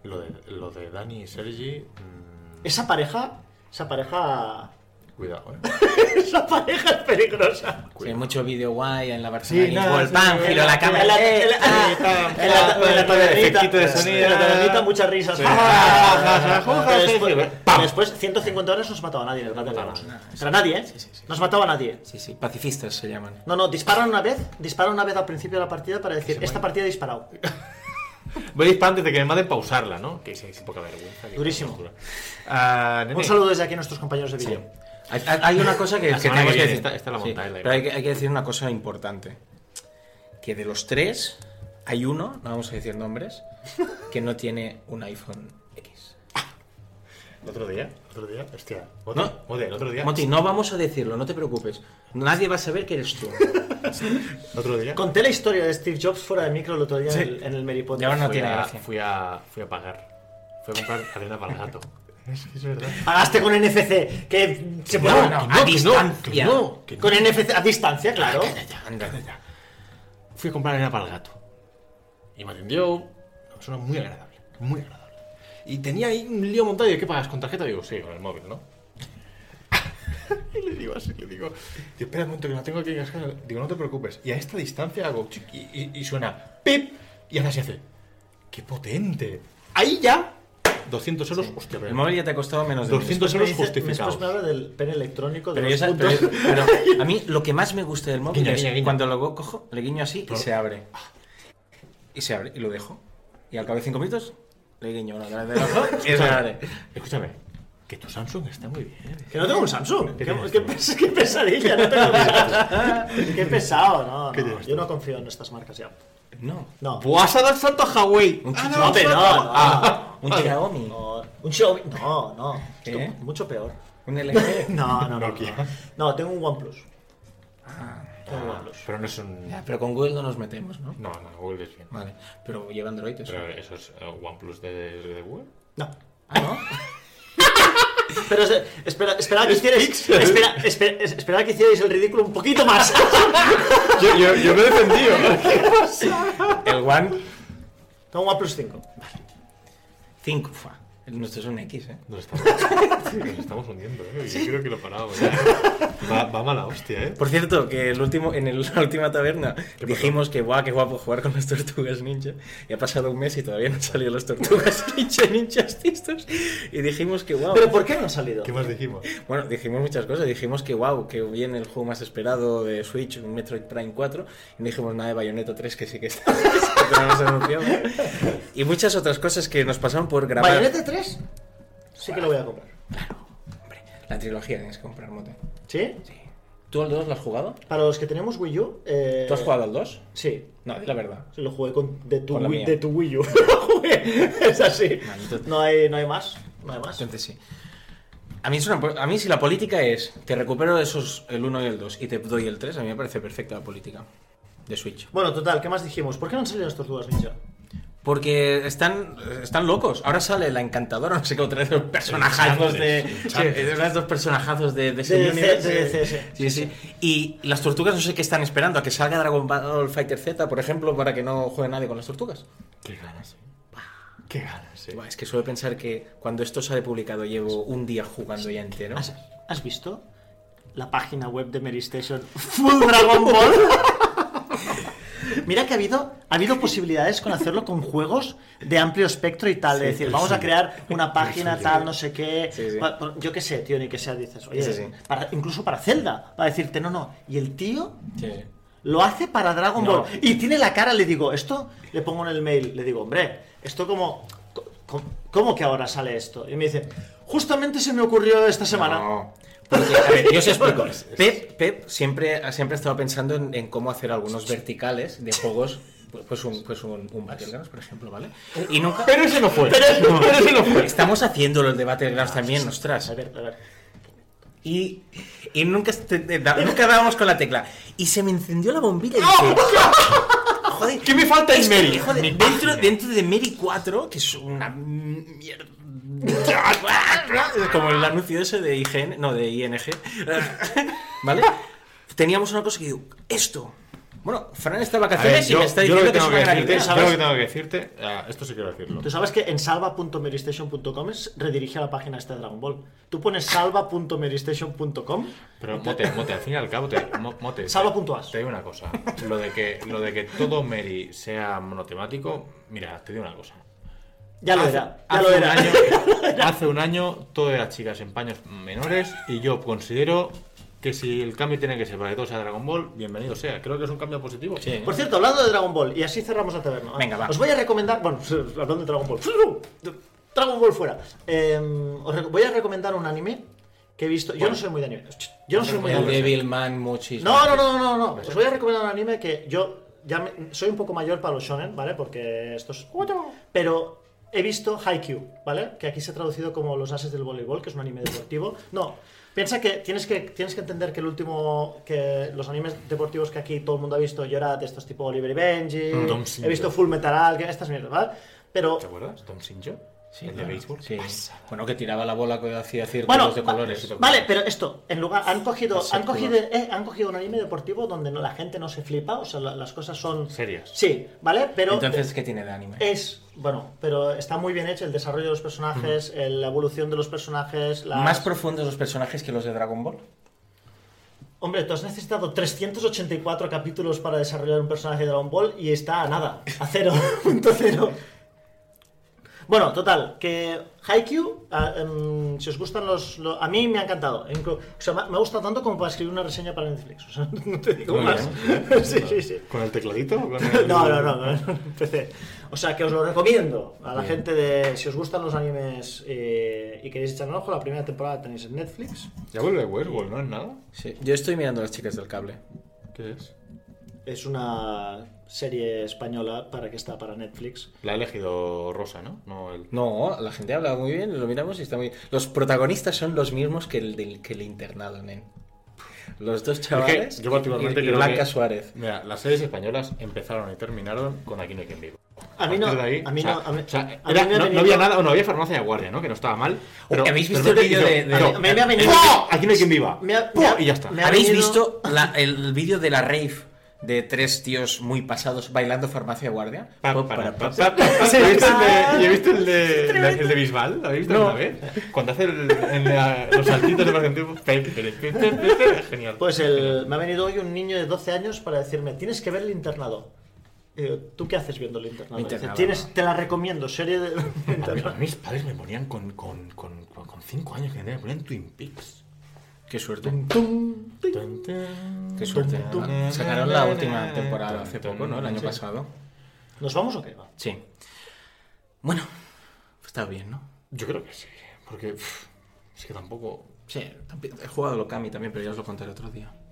[SPEAKER 2] Lo de, lo de Dani y Sergi. mm,
[SPEAKER 3] esa pareja, esa pareja, *laughs*
[SPEAKER 2] cuidado, eh. *laughs*
[SPEAKER 3] esa pareja es peligrosa.
[SPEAKER 1] Sí, mucho vídeo guay en la Barcelona.
[SPEAKER 2] Sí,
[SPEAKER 1] y
[SPEAKER 2] nada,
[SPEAKER 1] gol,
[SPEAKER 2] sí,
[SPEAKER 1] pam,
[SPEAKER 2] sí,
[SPEAKER 1] giro
[SPEAKER 2] sí,
[SPEAKER 1] la cámara.
[SPEAKER 3] En la, en la-
[SPEAKER 1] eh, ah.
[SPEAKER 3] en la- en la tabernita,
[SPEAKER 2] Efectito de sonido.
[SPEAKER 3] en la tabernita, muchas *laughs* risas.
[SPEAKER 1] Ah,
[SPEAKER 3] Pero después,
[SPEAKER 2] ¡Pam!
[SPEAKER 3] después, 150 horas no se mataba a nadie en el Battlegrounds.
[SPEAKER 1] No,
[SPEAKER 3] Pero a nadie, ¿eh? No se mataba a nadie.
[SPEAKER 1] Sí, sí, pacifistas se llaman.
[SPEAKER 3] No, no, disparan una vez, disparan una vez al principio de la partida para decir, esta partida he disparado.
[SPEAKER 2] Veis para antes de que me manden pausarla, ¿no? Que sí, es poca vergüenza. que-
[SPEAKER 3] Durísimo.
[SPEAKER 2] Ah, nene,
[SPEAKER 3] Un saludo desde aquí a nuestros compañeros de vídeo.
[SPEAKER 1] Hay, hay- hay una cosa que,
[SPEAKER 2] La
[SPEAKER 1] que
[SPEAKER 2] semana
[SPEAKER 1] tenemos
[SPEAKER 2] que
[SPEAKER 1] que
[SPEAKER 2] viene,
[SPEAKER 1] decir.
[SPEAKER 2] esta- esta la montáis, la
[SPEAKER 1] pero hay que, hay que decir una cosa importante. Que de los tres, hay uno, no vamos a decir nombres, que no tiene un iPhone X.
[SPEAKER 2] El otro día, el otro día, hostia. Mote,
[SPEAKER 1] ¿No?
[SPEAKER 2] Mote, el otro día.
[SPEAKER 1] Moti, no vamos a decirlo, no te preocupes. Nadie va a saber que eres
[SPEAKER 2] *laughs*
[SPEAKER 1] tú.
[SPEAKER 2] El otro día.
[SPEAKER 3] Conté la historia de Steve Jobs fuera de micro el otro día en el, en el Mary Poppins.
[SPEAKER 1] Y ahora no
[SPEAKER 2] fui,
[SPEAKER 1] tiene
[SPEAKER 2] a,
[SPEAKER 1] gracia.
[SPEAKER 2] fui, a, fui a pagar. Fui a comprar arena para el gato. *laughs* es que es verdad.
[SPEAKER 3] Pagaste con NFC, que se
[SPEAKER 1] No,
[SPEAKER 3] puede...
[SPEAKER 1] no, a
[SPEAKER 2] que
[SPEAKER 1] distancia.
[SPEAKER 2] que no, que no.
[SPEAKER 3] Con NFC a distancia, claro.
[SPEAKER 1] Anda.
[SPEAKER 2] Fui a comprar arena para el gato. Y me atendió una persona muy agradable, muy agradable. Y tenía ahí un lío montado. Y, ¿Qué pagas con tarjeta? Digo, sí, con el móvil, ¿no? *laughs* y le digo así, le digo, "Tío, espera un momento que la tengo aquí cascada". Digo, no te preocupes. Y a esta distancia hago chic, y, y- y suena pip. Y ahora se hace, ¡qué potente! Ahí ya, 200 euros, hostia, pero-
[SPEAKER 1] El móvil ya te ha costado menos de mil.
[SPEAKER 2] 200
[SPEAKER 3] Pues Me
[SPEAKER 2] euros
[SPEAKER 3] dice- Después
[SPEAKER 2] justificados.
[SPEAKER 3] me habla del pen electrónico, de
[SPEAKER 1] Pero, yo
[SPEAKER 3] los
[SPEAKER 1] sa-
[SPEAKER 3] puntos.
[SPEAKER 1] pero-
[SPEAKER 2] *laughs*
[SPEAKER 1] pero a mí lo que más me gusta del móvil
[SPEAKER 2] Guiño,
[SPEAKER 1] es
[SPEAKER 2] guiño, guiño.
[SPEAKER 1] cuando lo cojo, le guiño así y
[SPEAKER 2] Pero-
[SPEAKER 1] se abre. Y se abre y lo dejo. Y al cabo de cinco minutos le guiño una vez del ojo y se abre.
[SPEAKER 2] Escúchame, que tu Samsung está muy bien.
[SPEAKER 3] Que no tengo un Samsung.
[SPEAKER 2] ¿Qué
[SPEAKER 3] Qué,
[SPEAKER 2] tienes
[SPEAKER 3] qué
[SPEAKER 2] tú?
[SPEAKER 3] pes- qué pesadilla, no tengo Samsung. Qué pesado, no,
[SPEAKER 2] ¿Qué
[SPEAKER 3] no,
[SPEAKER 2] tienes
[SPEAKER 3] Yo no confío en estas marcas ya.
[SPEAKER 1] No.
[SPEAKER 3] No.
[SPEAKER 2] ¡Vas a dar salto a Huawei!
[SPEAKER 1] Un
[SPEAKER 2] Ah,
[SPEAKER 1] chichón.
[SPEAKER 3] No, pero no, no.
[SPEAKER 1] Un Xiaomi.
[SPEAKER 3] no. Un Xiaomi. No, no.
[SPEAKER 1] ¿Qué?
[SPEAKER 3] Esto Mucho peor.
[SPEAKER 1] Un
[SPEAKER 3] *laughs*
[SPEAKER 1] LG.
[SPEAKER 3] No, no, no, no.
[SPEAKER 2] Nokia.
[SPEAKER 3] No, tengo un OnePlus. Tengo un OnePlus.
[SPEAKER 2] Pero no es un.
[SPEAKER 1] Ya, pero con Google no nos metemos, ¿no?
[SPEAKER 2] No, no, Google es bien.
[SPEAKER 1] Vale. Pero lleva Android eso.
[SPEAKER 2] Pero eso es eh, OnePlus de, de- de Google.
[SPEAKER 3] No.
[SPEAKER 1] Ah, ¿no?
[SPEAKER 3] Pero es- espera, espera que hicierais. Espera, espera, espera que hicierais el ridículo un
[SPEAKER 1] *laughs*
[SPEAKER 3] poquito más.
[SPEAKER 2] Yo, me he defendido.
[SPEAKER 1] El One
[SPEAKER 3] Tengo un OnePlus 5.
[SPEAKER 1] 5. fa. El nuestro es un X, ¿eh? *laughs*
[SPEAKER 2] Nos estamos, nos estamos hundiendo, ¿eh? Yo creo que lo paramos. ya. Va, va mala hostia, ¿eh?
[SPEAKER 1] Por cierto, que el último, en el- *laughs* la última taberna dijimos que guau, qué guapo jugar con las tortugas ninja. Y ha pasado un mes y todavía no han salido las tortugas *laughs* ninja en Injustices. Y dijimos que guau.
[SPEAKER 3] ¿Pero por qué no han salido?
[SPEAKER 2] ¿Qué más dijimos?
[SPEAKER 1] Bueno, dijimos muchas cosas. Dijimos que wow, que viene el juego más esperado de Switch, un Metroid Prime 4. Y no dijimos nada de Bayonetta 3, que sí que está. *laughs* que tenemos anunciado. Y muchas otras cosas que nos pasaron por grabar.
[SPEAKER 3] Bayonetta 3 sí que lo voy a comprar.
[SPEAKER 1] Hombre, la trilogía tienes que comprar, mote.
[SPEAKER 3] ¿Sí?
[SPEAKER 1] ¿Tú al 2 lo has jugado?
[SPEAKER 3] Para los que tenemos Wii U. eh,
[SPEAKER 1] ¿Tú has jugado al 2?
[SPEAKER 3] Sí.
[SPEAKER 1] No, di la verdad.
[SPEAKER 3] Sí, lo jugué con, de, tu
[SPEAKER 1] Con la
[SPEAKER 3] Wii,
[SPEAKER 1] mía.
[SPEAKER 3] de tu Wii U. *laughs* Lo jugué. Es así.
[SPEAKER 1] Maldito.
[SPEAKER 3] No hay, no hay más. No hay más.
[SPEAKER 1] Entonces sí. A mí, es una po- a mí si la política es, te recupero esos, el 1 y el 2 y te doy el 3, a mí me parece perfecta la política de Switch.
[SPEAKER 3] Bueno, total, ¿qué más dijimos? ¿Por qué no han salido las tortugas ninja?
[SPEAKER 1] Porque están, están locos. Ahora sale la encantadora, *laughs* no sé qué otra vez, los personajazos de.
[SPEAKER 2] Chantres,
[SPEAKER 1] sí,
[SPEAKER 2] chantres.
[SPEAKER 1] eran dos personajazos de, de
[SPEAKER 3] De
[SPEAKER 1] ese
[SPEAKER 3] DC,
[SPEAKER 1] universo.
[SPEAKER 3] de DC,
[SPEAKER 1] Sí,
[SPEAKER 3] sí.
[SPEAKER 1] sí. Y las tortugas no sé qué están esperando, a que salga Dragon Ball Fighter Z, por ejemplo, para que no juegue nadie con las tortugas.
[SPEAKER 2] Qué ganas, eh. Qué ganas, eh.
[SPEAKER 1] Buah, Es que suele pensar que cuando esto sale publicado llevo un día jugando ya entero.
[SPEAKER 3] ¿Has, has visto la página web de Mary Station Full Dragon Ball? Mira que ha habido, ha habido posibilidades con hacerlo con juegos de amplio espectro y tal. de decir, vamos a crear una página tal, no sé qué.
[SPEAKER 1] Sí, sí.
[SPEAKER 3] Pa- pa- Yo qué sé, tío, ni que sea, dices, oye,
[SPEAKER 1] Sí, sí.
[SPEAKER 3] para- incluso para Zelda, para decirte, no, no. Y el tío
[SPEAKER 1] Sí.
[SPEAKER 3] lo hace para Dragon
[SPEAKER 1] No.
[SPEAKER 3] Ball. Y tiene la cara, le digo, esto le pongo en el mail, le digo, hombre, esto como. co- co- ¿Cómo que ahora sale esto? Y me dice, justamente se me ocurrió esta semana.
[SPEAKER 1] No. Porque, a ver, yo os explico. Pep, Pep siempre, ha- siempre ha estado pensando en, en cómo hacer algunos verticales de juegos. pues- Pues un, pues un, un Battlegrounds, por ejemplo, ¿vale? Y nunca.
[SPEAKER 2] Pero ese no fue.
[SPEAKER 1] No, Estamos haciéndolo el de Battlegrounds también, ostras.
[SPEAKER 3] A ver, a ver.
[SPEAKER 1] Y, y nunca, est- eh, da- nunca dábamos con la tecla. Y se me encendió la bombilla y dije... Joder,
[SPEAKER 2] ¿Qué me falta en
[SPEAKER 1] esto,
[SPEAKER 2] Mary?
[SPEAKER 1] joder,
[SPEAKER 2] Mi
[SPEAKER 1] dentro,
[SPEAKER 2] página.
[SPEAKER 1] dentro de Mary 4, que es una mierda... *laughs* Como el anuncio ese de IGN, no, de ING. *laughs* ¿Vale? Teníamos una cosa que digo, esto... Bueno, Fran está de
[SPEAKER 2] A ver,
[SPEAKER 1] vacaciones y
[SPEAKER 2] yo-
[SPEAKER 1] me está
[SPEAKER 2] yo lo
[SPEAKER 1] diciendo que, es
[SPEAKER 2] tengo
[SPEAKER 1] una gran
[SPEAKER 2] decirte,
[SPEAKER 1] idea,
[SPEAKER 2] yo
[SPEAKER 1] ¿sabes?
[SPEAKER 2] lo que tengo que decirte, ah, esto sí quiero decirlo.
[SPEAKER 3] Tú sabes que en salva.marystation.com es- redirige a la página esta de Dragon Ball. Tú pones salva.marystation.com.
[SPEAKER 2] Pero mote, mote, al fin y al cabo, te, mo- mote.
[SPEAKER 3] Salva.as.
[SPEAKER 2] Te digo una cosa. Lo de que, lo de que todo Mary sea monotemático, mira, te digo una cosa.
[SPEAKER 3] Ya lo
[SPEAKER 2] Hace-
[SPEAKER 3] era. Ya
[SPEAKER 2] hace
[SPEAKER 3] lo
[SPEAKER 2] un
[SPEAKER 3] era.
[SPEAKER 2] año- hace un año todo era chicas en paños menores y yo considero que si el cambio tiene que ser para que todo sea Dragon Ball, bienvenido sea. Creo que es un cambio positivo.
[SPEAKER 1] Sí.
[SPEAKER 3] *laughs* Por cierto, hablando de Dragon Ball, y así cerramos la taberna. ¿eh?
[SPEAKER 1] Venga, va.
[SPEAKER 3] Os voy a recomendar. Bueno, *laughs* hablando de Dragon Ball. Dragon Ball fuera. Eh, os reco- voy a recomendar un anime que he visto. Yo no soy muy de anime. Yo no soy muy de
[SPEAKER 1] El
[SPEAKER 3] anime.
[SPEAKER 1] Devilman Mochis.
[SPEAKER 3] No, no, no, no, no. Os voy a recomendar un anime que yo ya me- soy un poco mayor para los shonen, ¿vale? Porque estos. Pero he visto Haikyuu, ¿vale? Que aquí se ha traducido como Los Ases del Voleibol, que es un anime deportivo. No, piensa que tienes que, tienes que entender que el último. que los animes deportivos que aquí todo el mundo ha visto, yo era de estos tipo Oliver y Benji,
[SPEAKER 1] Mm,
[SPEAKER 2] Tom
[SPEAKER 3] he
[SPEAKER 2] Singer.
[SPEAKER 3] visto Full Metal Alchemist, estas mierdas, ¿vale? Pero.
[SPEAKER 2] ¿Te acuerdas? Tom Sinjo.
[SPEAKER 1] Sí,
[SPEAKER 2] el de
[SPEAKER 1] claro,
[SPEAKER 2] béisbol.
[SPEAKER 1] sí.
[SPEAKER 2] Pasa.
[SPEAKER 1] Bueno, que tiraba la bola que hacía círculos
[SPEAKER 3] Bueno,
[SPEAKER 1] de
[SPEAKER 3] va-
[SPEAKER 1] colores.
[SPEAKER 3] vale, pero esto, en lugar, han cogido, han
[SPEAKER 1] Exacto.
[SPEAKER 3] cogido, eh, han cogido un anime deportivo donde no- la gente no se flipa, o sea, la- las cosas son
[SPEAKER 2] Serias.
[SPEAKER 3] Sí, vale, pero
[SPEAKER 1] Entonces, ¿qué tiene de anime?
[SPEAKER 2] eh,
[SPEAKER 3] es bueno, pero está muy bien hecho el desarrollo de los personajes, el- la evolución de los personajes, las-
[SPEAKER 1] Más profundos los personajes que los de Dragon Ball.
[SPEAKER 3] Hombre, tú has necesitado 384 capítulos para desarrollar un personaje de Dragon Ball y está a nada, a cero, *laughs* punto cero. Bueno, total, que Haikyuu, ah, em, si os gustan los, lo- A mí me ha encantado. Inclu- O sea, me, ha- me ha gustado tanto como para escribir una reseña para Netflix. O sea, *laughs* no te digo
[SPEAKER 2] Muy
[SPEAKER 3] más.
[SPEAKER 2] bien.
[SPEAKER 3] *laughs* Sí, sí, sí.
[SPEAKER 2] ¿Con el tecladito? o *laughs* con el-
[SPEAKER 3] No, no, no, no, no empecé. O sea, que os lo recomiendo a la gente de. Si os gustan los animes eh, y queréis echar un ojo, la primera temporada tenéis en Netflix.
[SPEAKER 2] Ya vuelve Westworld, ¿no es nada?
[SPEAKER 1] Yo estoy mirando a las chicas del cable.
[SPEAKER 2] ¿Qué es?
[SPEAKER 3] Es una serie española para que está para Netflix.
[SPEAKER 2] La ha elegido Rosa, ¿no? No el...
[SPEAKER 1] No, la gente habla muy bien, lo miramos y está muy bien. Los protagonistas son los mismos que el, del, que el internado, nen. Los dos chavales
[SPEAKER 2] yo particularmente
[SPEAKER 1] y- y
[SPEAKER 2] creo
[SPEAKER 1] Blanca
[SPEAKER 2] que-
[SPEAKER 1] Suárez.
[SPEAKER 2] Mira, las series españolas empezaron y terminaron con Aquí no hay quien viva.
[SPEAKER 3] A mí no-
[SPEAKER 2] partir de ahí,
[SPEAKER 3] a mí
[SPEAKER 2] o sea,
[SPEAKER 3] no- a mí-
[SPEAKER 2] o sea,
[SPEAKER 3] a mí
[SPEAKER 2] era-
[SPEAKER 3] me
[SPEAKER 2] no,
[SPEAKER 3] ha
[SPEAKER 2] no
[SPEAKER 3] venido-
[SPEAKER 2] había nada, o no había farmacia de guardia, ¿no? Que no estaba mal. Pero,
[SPEAKER 1] ¿habéis visto
[SPEAKER 2] pero
[SPEAKER 1] el vídeo
[SPEAKER 2] hizo-
[SPEAKER 1] de- de-
[SPEAKER 2] no,
[SPEAKER 3] a mí me ha venido-
[SPEAKER 2] ¡Pum! Aquí no hay quien viva.
[SPEAKER 3] Me ha-
[SPEAKER 2] ¡Pum!
[SPEAKER 3] me ha-
[SPEAKER 2] y ya está.
[SPEAKER 3] me ha-
[SPEAKER 1] ¿Habéis
[SPEAKER 3] venido-
[SPEAKER 1] visto la- el vídeo de la rave de tres tíos muy pasados bailando farmacia guardia? Pa,
[SPEAKER 2] Pa, pa,
[SPEAKER 1] Oh, para,
[SPEAKER 2] pa,
[SPEAKER 1] pa.
[SPEAKER 2] pa, pa, pa. ¿Y viste el de- ¿Y viste el de, la- el de Bisbal? ¿Lo habéis visto alguna vez? Cuando hace el- en la- los saltitos de Argentina. pe- pe- pe- pe- pe- pe- Genial.
[SPEAKER 3] Pues el, me ha venido hoy un niño de 12 años para decirme: Tienes que ver el internado. Y digo, ¿Tú qué haces viendo el internado? Dice,
[SPEAKER 1] Internado,
[SPEAKER 3] Tienes, te la recomiendo, serie de.
[SPEAKER 2] A mí- a mí mis padres me ponían con 5 con, con, con cinco años que tenía, me ponían Twin Peaks.
[SPEAKER 1] Qué suerte.
[SPEAKER 3] Tum, ting.
[SPEAKER 2] Tan, tan,
[SPEAKER 1] Qué suerte. Ah,
[SPEAKER 2] tan, tan,
[SPEAKER 1] Sacaron la
[SPEAKER 2] tan,
[SPEAKER 1] última
[SPEAKER 2] tan,
[SPEAKER 1] temporada
[SPEAKER 2] tan,
[SPEAKER 1] hace
[SPEAKER 2] tan,
[SPEAKER 1] poco, ¿no? El año
[SPEAKER 2] sí.
[SPEAKER 1] pasado.
[SPEAKER 3] ¿Nos vamos o qué? Va.
[SPEAKER 1] Sí. Bueno, pues está bien, ¿no?
[SPEAKER 2] Yo creo que sí, porque pff, es que tampoco.
[SPEAKER 1] Sí, también- he jugado Lokami también, pero ya os lo contaré otro día.